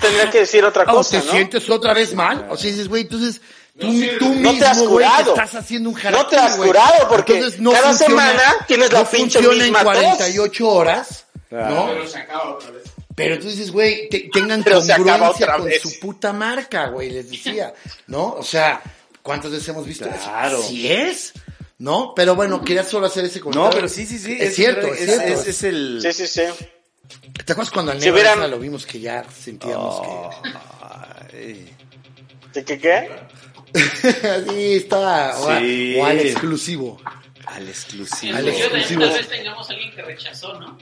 S1: Tendría que decir otra
S3: Ah, o
S1: cosa,
S3: te
S1: ¿no?
S3: sientes otra vez mal, o sea, dices, güey, entonces tú, tú
S1: No te has
S3: mismo, güey,
S1: curado.
S3: estás haciendo un jarabe.
S1: No te has curado porque cada semana tienes la
S3: no
S1: pinche
S3: funciona
S1: misma
S3: en
S1: tos.
S3: 48 horas, ¿no?
S4: Pero se acaba otra vez.
S3: Pero tú dices, güey, te- tengan
S1: Pero se acaba
S3: congruencia
S1: otra
S3: con
S1: vez.
S3: su puta marca, güey, les decía, ¿no? O sea, ¿cuántas veces hemos visto eso?
S2: Claro.
S3: Así es, ¿no? Pero bueno, quería solo hacer ese comentario.
S2: No, pero sí, sí, sí.
S3: Es, cierto, es, cierto.
S2: Es, es el...
S1: Sí, sí, sí.
S3: ¿Te acuerdas cuando al
S1: Si
S3: negro
S1: hubieran-
S3: Ávila lo vimos que ya
S2: Oh.
S3: sentíamos
S1: Oh,
S2: Ay.
S1: ¿Qué, qué, qué?
S3: que... sí, estaba... o a-
S2: Sí.
S3: o al exclusivo.
S2: Al exclusivo.
S3: Al
S7: Yo
S3: exclusivo.
S7: Tal vez tengamos alguien que rechazó, ¿no?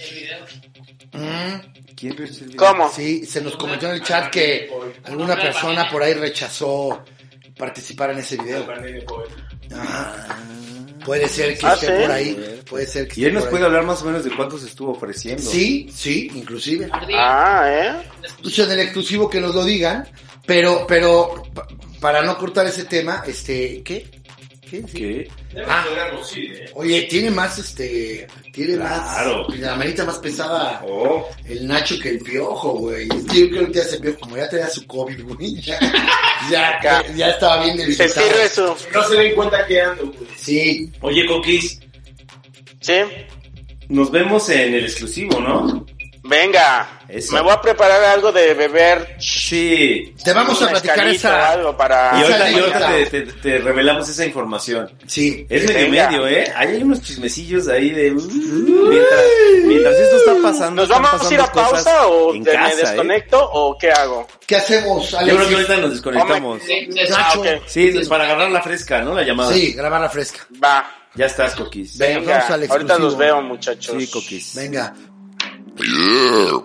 S7: El video.
S2: ¿Quién es el-
S1: ¿Cómo?
S3: Sí, se nos comentó en el chat que alguna persona por ahí rechazó participar en ese video. Ah,
S4: Panini Boy.
S3: Puede ser que
S8: Ah,
S3: esté
S8: ¿sí?
S3: por ahí. Puede ser que
S2: Y él nos
S3: por
S2: puede
S3: ahí.
S2: hablar más o menos de cuánto se estuvo ofreciendo.
S3: Sí, sí, inclusive.
S7: Ardí,
S8: Ah, ¿eh?
S3: Pues en el exclusivo que nos lo digan, pero, pero pa- para no cortar ese tema, este, ¿qué? ¿Qué? Sí.
S2: Que
S3: Ah.
S4: lograrlo, sí, ¿eh?
S3: Oye, tiene más, este, tiene
S2: Claro.
S3: más, la manita más pesada
S2: Oh,
S3: el Nacho que el Piojo, güey. Es que Yo creo que ya se piojo, como ya tenía su COVID, güey, ya, ya, ya- ya estaba bien
S8: Se
S3: debilitado.
S8: sirve su...
S4: No se den cuenta que ando, güey.
S3: Sí,
S2: Oye, Coquis,
S8: Sí.
S2: nos vemos en el exclusivo, ¿no?
S8: Venga.
S2: Eso.
S8: Me voy a preparar algo de beber.
S2: Sí.
S3: te vamos a
S8: una
S3: platicar
S8: escalita o
S3: esa,
S8: algo para...
S2: Y ahorita,
S3: Esa
S2: y ahorita
S3: anécdota.
S2: te, te- te revelamos esa información.
S3: sí,
S2: Es medio
S8: Venga.
S2: medio, ¿eh? Ahí hay unos chismecillos ahí de... uh, Mientras, mientras esto está pasando...
S8: ¿Nos
S2: están
S8: vamos a ir a
S2: pasando cosas
S8: pausa o
S2: en
S8: te-
S2: casa,
S8: me
S2: ¿eh?
S8: desconecto o qué hago?
S3: ¿qué hacemos,
S2: Yo creo que
S3: Alexis?
S2: ahorita nos desconectamos.
S7: se- se-
S8: Ah,
S3: Nacho.
S8: ok.
S2: Sí, pues para agarrar la fresca, ¿no? La llamada.
S3: Sí, grabar la fresca.
S8: Va.
S2: Ya estás, Coquis.
S3: Venga,
S8: Venga.
S3: vamos al exclusivo.
S8: Ahorita los veo, muchachos.
S2: Sí, Coquis.
S3: Venga,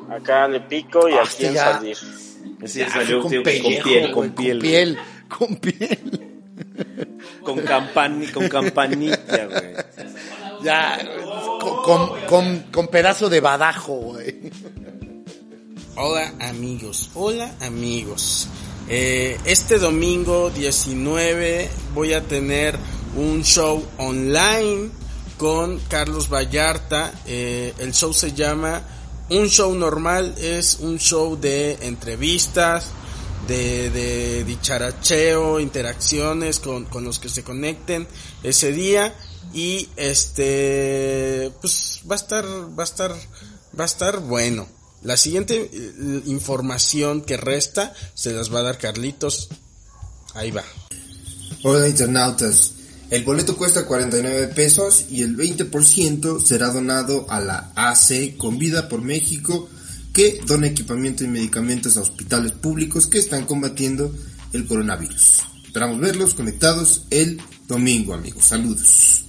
S8: Acá le pico y aquí
S3: Hostia.
S8: en salir.
S2: Ese ya
S3: Ah,
S2: salió
S3: con,
S2: tío, con,
S3: pellejo,
S2: piel,
S3: güey,
S2: con piel,
S3: con piel, con piel.
S2: con campan- con campanilla, güey.
S3: Ya, con, con, con- con pedazo de badajo, güey.
S1: Hola amigos, hola amigos. Eh, este domingo 19 voy a tener un show online con Carlos Vallarta. Eh, el show se llama Un Show Normal. Es un show de entrevistas, de, de dicharacheo, interacciones con, con los que se conecten ese día. Y este, pues va a estar, va a estar, va a estar bueno. La siguiente eh, información que resta se las va a dar Carlitos. Ahí va.
S9: Hola internautas, el boleto cuesta 49 pesos y el 20% será donado a la AC con Vida por México que dona equipamiento y medicamentos a hospitales públicos que están combatiendo el coronavirus. Esperamos verlos conectados el domingo amigos, saludos.